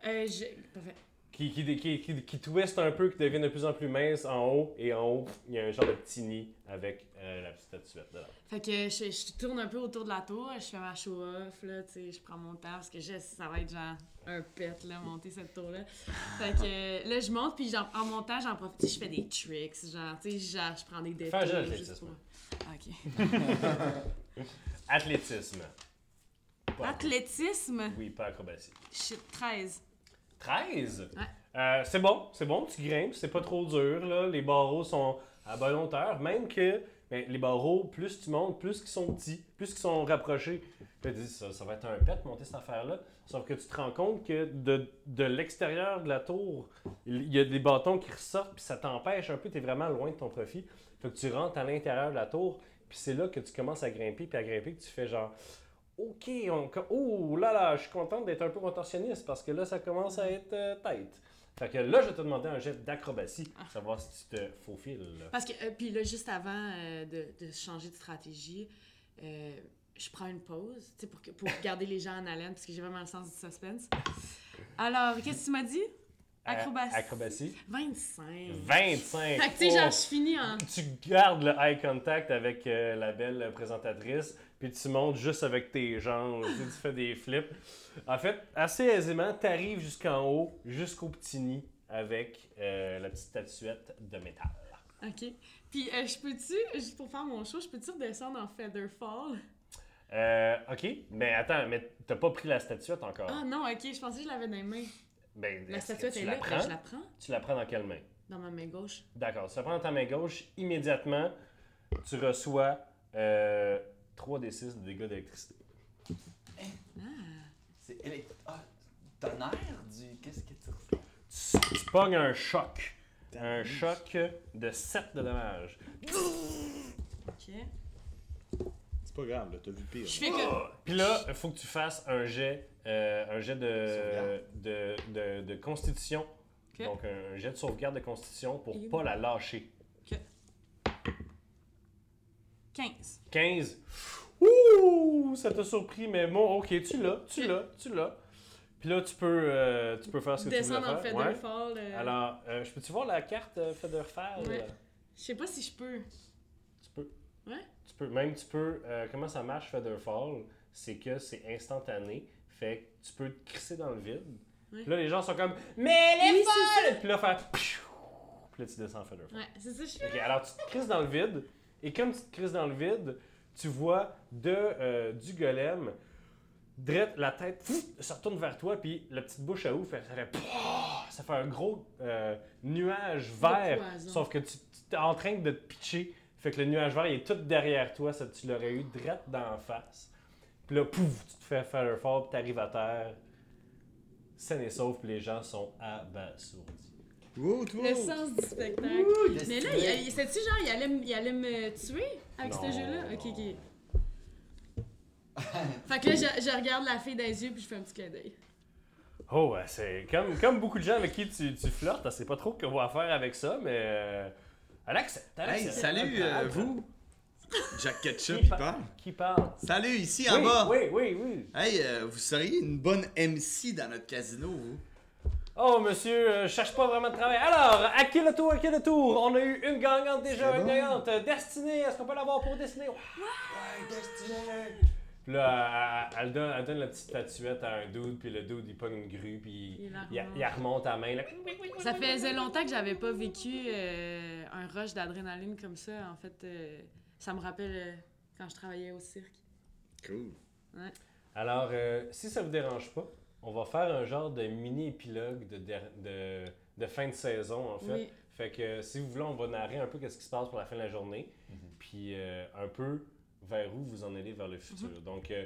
S2: Euh, je... Parfait.
S3: Qui, qui, qui, qui, qui twist un peu, qui devient de plus en plus mince en haut. Et en haut, il y a un genre de petit nid avec euh, la petite statuette dedans.
S2: Fait que je, je tourne un peu autour de la tour, je fais ma show-off, là, tu sais, je prends mon temps, parce que je, ça va être genre un pet, là, monter cette tour-là. Fait que euh, là, je monte, puis genre, en montant, j'en profite, tu sais, je fais des tricks, genre, tu sais, genre, je prends des détours.
S3: un jeu
S2: juste
S3: d'athlétisme.
S2: pour- Ah, OK.
S3: Athlétisme. Pas
S2: Athlétisme,
S3: Oui, pas acrobatie.
S2: shit, 13.
S3: 13?
S2: Ouais.
S3: Euh, c'est bon, c'est bon, tu grimpes, c'est pas trop dur, là. Les barreaux sont à bonne hauteur, même que ben, les barreaux, plus tu montes, plus qu'ils sont petits, plus qu'ils sont rapprochés. Tu te dis, ça, ça va être un pet, monter cette affaire-là. Sauf que tu te rends compte que de, de l'extérieur de la tour, il y a des bâtons qui ressortent, puis ça t'empêche un peu, t'es vraiment loin de ton profit. Fait que tu rentres à l'intérieur de la tour, puis c'est là que tu commences à grimper, puis à grimper, que tu fais genre... OK, on... co- ouh là là, je suis contente d'être un peu contorsionniste parce que là, ça commence
S2: Mm.
S3: à être euh, tête. Fait que là, je vais te demander un jet d'acrobatie,
S2: Ah.
S3: pour savoir si tu te faufiles.
S2: Parce que, euh, puis là, juste avant euh, de, de changer de stratégie, euh, je prends une pause, tu sais, pour, que- pour garder les gens en haleine, parce que j'ai vraiment le sens du suspense. Alors, qu'est-ce que tu m'as dit? Acrobatie.
S3: Euh, acrobatie.
S2: 25.
S3: 25.
S2: Fait que, tu sais, genre,
S3: Oh!
S2: je finis en.
S3: Tu gardes le eye contact avec euh, la belle présentatrice, puis tu montes juste avec tes jambes, tu sais, tu fais des flips. En fait, assez aisément, tu arrives jusqu'en haut, jusqu'au petit nid avec euh, la petite statuette de métal.
S2: OK. Puis, euh, je peux-tu, juste pour faire mon show, je peux-tu redescendre en Feather Fall?
S3: Euh, ok, mais attends, mais t'as pas pris la statuette encore.
S2: Ah non, OK, je pensais que je l'avais dans les mains.
S3: Ben,
S2: La
S3: est-ce que
S2: statuette
S3: tu
S2: est
S3: la
S2: là,
S3: prends?
S2: ben, je la prends
S3: Tu la prends dans quelle main?
S2: dans ma main gauche.
S3: D'accord. Tu la prends dans ta main gauche, immédiatement, tu reçois euh, 3d6 de dégâts d'électricité.
S1: C'est élect- Ah, tonnerre du. Qu'est-ce que tu
S3: Tu, tu Tu pognes un choc. Un choc de 7 de dommages.
S2: Ok.
S6: C'est pas grave, là, t'as vu pire.
S2: Je fais que.
S3: Puis là, il faut que tu fasses un jet, euh, un jet de, de, de, de constitution.
S2: Ok.
S3: Donc, un jet de sauvegarde de constitution pour
S2: Il est
S3: pas la lâcher.
S2: 15.
S3: 15. Ouh, ça t'a surpris, mais bon, ok, tu l'as, tu l'as, tu l'as. Puis là, tu peux, euh, tu peux faire ce que tu veux
S2: Descendre en
S3: faire.
S2: fait
S3: Ouais.
S2: de fall. euh,
S3: Alors, euh, je peux-tu voir la carte euh, Federfall?
S2: Ouais. Je sais pas si je peux.
S3: Tu peux.
S2: Ouais.
S3: Tu peux, même tu peux. euh, comment ça marche, Featherfall C'est que c'est instantané. Fait que tu peux te crisser dans le vide.
S2: Ouais.
S3: Puis là, les gens sont comme Mais elle est
S2: Oui, c'est
S3: folle Puis là, faire Pfiou Puis là, tu descends Featherfall.
S2: Ouais, c'est ça, je
S3: Ok, alors tu te crisses dans le vide. Et comme tu te crisses dans le vide, tu vois de, euh, du golem. Drette, la tête pfff, se retourne vers toi, puis la petite bouche à ouf, elle- ça fait, pouah ça fait un gros euh, nuage vert.
S2: poison.
S3: Sauf que tu tu es en train de te pitcher. Fait que le nuage vert, il est tout derrière toi. Ça, tu l'aurais eu drette dans la face. Puis là, pouf, tu te fais faire un fort, puis t'arrives à terre. Saine et sauf, puis les gens sont abasourdis.
S6: Wow, toi!
S2: Le sens du spectacle. Mais là, il- il- c'est-tu genre, il allait, m- il allait me tuer avec
S3: Non.
S2: ce jeu-là? Ok, ok. fait que là, je, je regarde la fille dans les yeux puis je fais un petit clin d'œil.
S3: Oh, ouais, c'est comme, comme beaucoup de gens avec qui tu, tu flirtes, elle sait pas trop qu'on va faire avec ça, mais euh, elle accepte. elle
S4: Hey,
S3: accepte.
S4: salut,
S3: Elle
S4: euh,
S3: accepte.
S4: vous!
S6: Jack Ketchup,
S3: Qui
S6: il
S3: par-
S6: parle.
S3: Qui parle
S4: Salut, ici en
S3: oui,
S4: bas!
S3: oui, oui, oui.
S4: Hey, euh, vous seriez une bonne MC dans notre casino, vous?
S3: Oh, monsieur, euh, je cherche pas vraiment de travail. Alors, à qui le tour, à qui le tour On a eu une gagnante déjà, une gagnante. euh, Destinée, est-ce qu'on peut l'avoir pour Destinée Ouais, Destinée. Puis là, elle, elle donne, elle donne la petite statuette à un dude, puis le dude, il pogne une grue, puis
S2: Il
S3: il,
S2: la
S3: il-
S2: remonte.
S3: il la remonte à la main. là.
S2: Ça faisait longtemps que j'avais pas vécu euh, un rush d'adrénaline comme ça. En fait, euh, ça me rappelle euh, quand je travaillais au cirque.
S6: Cool.
S3: Alors, euh, si ça vous dérange pas, on va faire un genre de mini-épilogue de, der- de, de fin de saison, en fait.
S2: Oui.
S3: Fait que euh, si vous voulez, on va narrer un peu qu'est-ce qui se passe pour la fin de la journée, puis euh, un peu vers où vous en allez vers le futur. Donc, euh,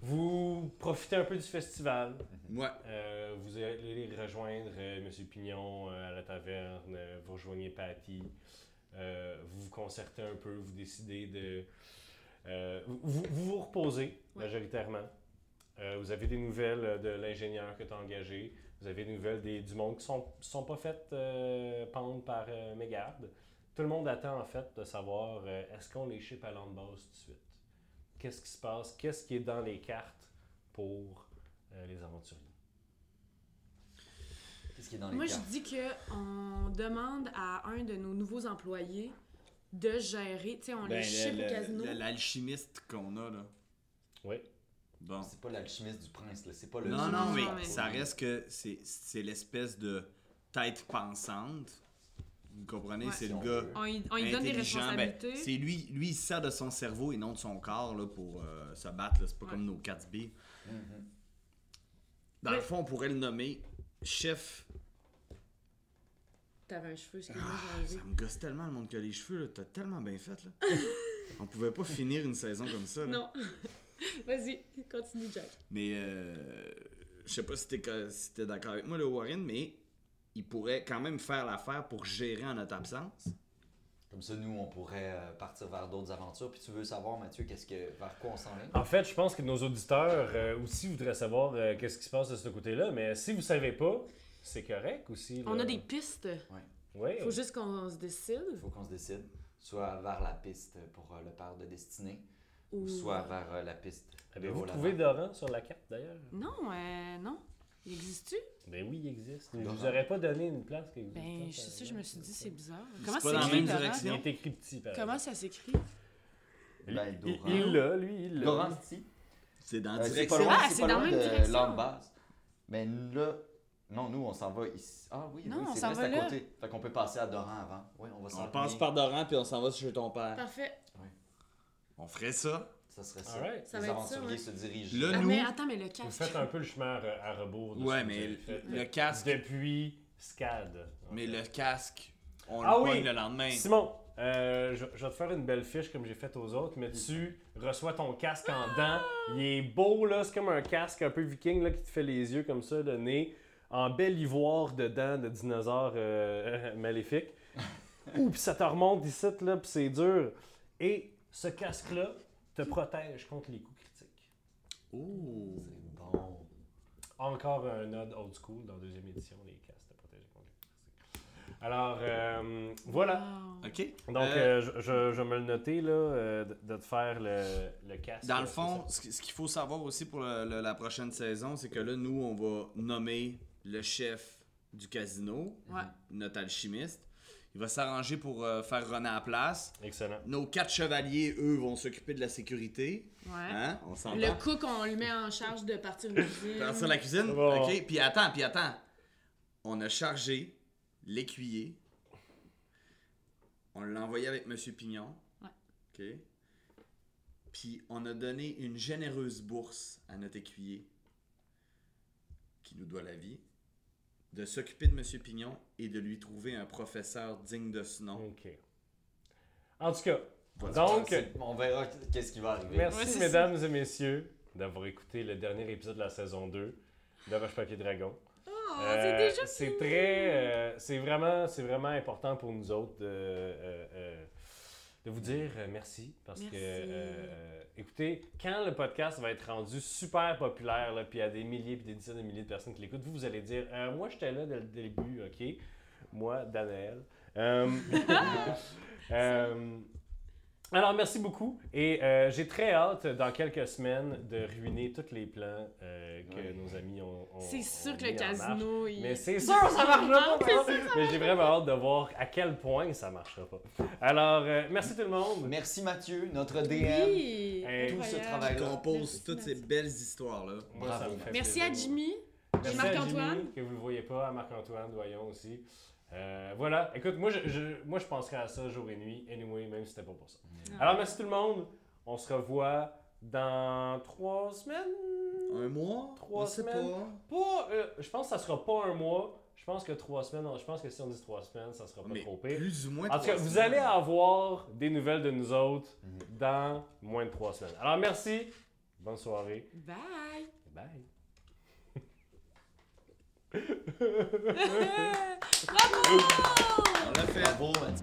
S3: vous profitez un peu du festival.
S4: Ouais.
S3: Euh, vous allez rejoindre euh, Monsieur Pignon euh, à la taverne. euh, vous rejoignez Patty. Euh, vous vous concertez un peu. Vous décidez de. euh, vous, vous vous reposez
S2: Ouais.
S3: majoritairement. Euh, vous avez des nouvelles euh, de l'ingénieur que tu as engagé. Vous avez des nouvelles des, du monde qui sont, sont pas faites euh, pendre par euh, mégarde. Tout le monde attend en fait de savoir euh, est-ce qu'on les ship à Landbase tout de suite. Qu'est-ce qui se passe? Qu'est-ce qui est dans les cartes pour euh, les aventuriers?
S1: Qu'est-ce
S4: Oh
S1: qui est dans les
S2: Moi, je
S1: cartes?
S2: dis que on demande à un de nos nouveaux employés de gérer, tu sais, on
S6: Ben,
S2: les ship
S6: le-
S2: au
S6: le-
S2: casino.
S4: Le- L'alchimiste qu'on a, là.
S3: Oui.
S4: Bon.
S1: C'est pas l'alchimiste du prince, là. C'est pas le.
S4: Non, non, mais
S2: Non, mais-
S4: ça reste que c'est c'est l'espèce de tête pensante. Vous comprenez?
S2: Ouais.
S4: C'est
S1: Si
S4: le
S1: on
S4: gars
S1: veut.
S2: On, y- on lui donne des
S4: intelligent. Ben,
S2: responsabilités.
S4: c'est lui, lui, il se sert de son cerveau et non de son corps là, pour euh, se battre. là. C'est pas
S2: Ouais.
S4: comme nos 4 billes.
S1: Mhm.
S4: Dans le
S2: Mais-
S4: fond, on pourrait le nommer chef.
S2: T'avais un cheveu,
S4: Ah,
S2: excuse-moi, j'ai enlevé.
S4: ça me gosse tellement le monde que les cheveux. là. T'as tellement bien fait. Là. on pouvait pas finir une saison comme ça. là.
S2: Non. Vas-y, continue, Jack.
S4: Mais euh, je sais pas si t'es co- si t'es d'accord avec moi, le Warren, mais il pourrait quand même faire l'affaire pour gérer en notre absence.
S1: Comme ça, nous, on pourrait euh, partir vers d'autres aventures. Puis tu veux savoir, Mathieu, qu'est-ce que vers quoi on s'enligne
S3: En fait, je pense que nos auditeurs euh, aussi voudraient savoir euh, qu'est-ce qui se passe de ce côté-là, mais si vous savez pas, c'est correct aussi. là.
S2: On a des pistes.
S3: Oui.
S2: Faut juste qu'on se décide.
S1: Il faut qu'on se décide. Soit vers la piste pour euh, le père de destinée,
S2: Ou...
S1: ou soit vers euh, la piste. de
S3: Avez-vous
S1: Roland.
S3: trouvé Doran sur la carte d'ailleurs
S2: Non, euh, non. Il existe-tu?
S3: Ben oui, il existe. Je
S1: Doran.
S3: vous aurais pas donné une place que vous
S2: Ben, je sais, ça, je me suis dit, c'est bizarre. Comment
S4: pas dans la
S2: s'écrit,
S4: même
S2: Laurent?
S4: direction.
S3: Il est écrit petit, par
S2: Comment
S3: exemple.
S2: ça s'écrit?
S1: Ben,
S3: Il-
S1: Doran.
S3: Il l'a, lui, il l'a.
S1: Laurent, c'est
S4: C'est dans
S1: Euh, c'est
S4: direction.
S1: pas loin,
S2: Ah,
S1: c'est
S2: c'est
S1: pas
S2: dans la
S1: loin
S2: même
S1: de
S2: direction.
S1: Lambas. Mais là, non, nous, on s'en va ici. Ah oui,
S2: Non,
S1: oui,
S2: on
S1: c'est
S2: s'en
S1: vrai, c'est
S2: va
S1: à
S2: là.
S1: côté. Fait qu'on peut passer à Doran avant. Oui, on va s'en
S6: On passe
S1: venir.
S6: par Doran, puis on s'en va chez ton père.
S2: Parfait.
S4: On ferait ça.
S1: Ça serait ça.
S3: Alright.
S2: Ça
S1: Les
S2: va être ça,
S1: aventuriers
S2: ouais.
S1: se dirigent.
S4: Là,
S2: Ah,
S4: nous-
S2: mais attends, mais le
S3: Vous
S2: casque.
S3: faites un peu le chemin euh, à- à rebours. de ce
S4: Ouais,
S3: que vous
S4: mais
S3: avez fait.
S4: le casque.
S3: Depuis SCAD. en
S4: Mais
S3: fait.
S4: le casque, on
S3: Ah
S4: le
S3: oui!
S4: pogne le lendemain.
S3: Simon, euh, je, je vais te faire une belle fiche comme j'ai faite aux autres, mais tu reçois ton casque en dents. Il est beau, là. C'est comme un casque un peu viking là, qui te fait les yeux comme ça, le nez. en bel ivoire de dents de dinosaures euh, maléfiques. Ouh, puis ça te remonte ici, là, puis c'est dur. Et ce casque-là te protège contre les coups critiques.
S4: Ouh.
S3: C'est bon. Encore un odd old school dans la deuxième édition, les casques te protègent contre les coups critiques. Alors, euh, voilà.
S2: Wow.
S4: OK.
S3: Donc, euh, je, je- je vais me le noter, là, euh, de, de te faire le, le casque.
S4: Dans
S3: euh,
S4: le fond,
S3: c'est
S4: ce qui- ce qu'il faut savoir aussi pour le- le- la prochaine saison, c'est que là, nous, on va nommer le chef du casino,
S2: Ouais.
S4: notre alchimiste. Il va s'arranger pour euh, faire Renan à la place.
S3: ça. Excellent.
S4: Nos quatre chevaliers, eux, vont s'occuper de la sécurité.
S2: Ouais.
S4: Hein? On s'entend.
S2: Le cook, on le met en charge de partir une cuisine.
S4: Partir de la cuisine.
S3: Bon.
S4: OK. Puis attends, puis attends. On a chargé l'écuyer. On l'a envoyé avec Monsieur Pignon.
S2: Ouais.
S4: OK. Puis on a donné une généreuse bourse à notre écuyer, qui nous doit la vie, de s'occuper de Monsieur Pignon et de lui trouver un professeur digne de ce nom.
S3: OK. En tout cas,
S4: Voilà.
S3: donc,
S1: On verra qu'est-ce qui va arriver.
S2: Ouais,
S3: merci
S2: c'est
S3: mesdames et messieurs d'avoir écouté le dernier épisode de la saison 2 de Roche Papier Dragon.
S2: Oh,
S3: Euh,
S2: c'est déjà
S3: c'est
S2: fini.
S3: très euh, c'est vraiment c'est vraiment important pour nous autres de euh, euh, de vous dire euh, merci parce que
S2: Merci.
S3: euh, écoutez quand le podcast va être rendu super populaire là, puis il y a des milliers puis des dizaines de milliers de personnes qui l'écoutent vous vous allez dire Euh, moi j'étais là dès le début ok moi Daniel Euh, euh, alors, merci beaucoup. Et euh, j'ai très hâte, dans quelques semaines, de ruiner tous les plans euh, que nos amis ont. ont-
S2: C'est sûr
S3: ont
S2: que le
S3: mis en marche.
S2: casino, il...
S3: Mais c'est sûr, ça marchera
S2: Non, c'est
S3: pas. Mais j'ai vraiment hâte de voir à quel point ça marchera pas. Alors, euh, merci tout le monde.
S1: Merci Mathieu, notre DM.
S2: Oui,
S3: Hey,
S1: tout ce
S2: incroyable.
S1: travail.
S4: Qui compose
S2: Merci,
S4: toutes ces
S2: Mathieu.
S4: belles histoires-là.
S3: Moi, ça me fait
S2: Merci
S3: plaisir.
S2: à Jimmy.
S3: Merci à
S2: Marc-Antoine.
S3: Jimmy, Que vous ne voyez pas, à Marc-Antoine, voyons aussi. Euh, voilà, écoute, moi je, je- moi je penserais à ça jour et nuit, anyway, même si c'était pas pour ça.
S2: Ah.
S3: Alors, merci tout le monde. On se revoit dans trois semaines.
S4: Un mois?
S3: Trois
S4: on sait
S3: semaines.
S4: pas.
S3: Pas, euh, je pense que ça sera pas un mois. Je pense que trois semaines, je pense que si on dit trois semaines, ça sera pas
S4: Mais
S3: trop pire.
S4: plus ou moins
S3: En tout cas,
S4: trois
S3: vous
S4: semaines.
S3: allez avoir des nouvelles de nous autres dans moins de trois semaines. Alors merci, bonne soirée,
S2: Bye.
S3: et bye.
S2: Bravo!
S4: On l'a fait.
S1: Bravo, Mathieu.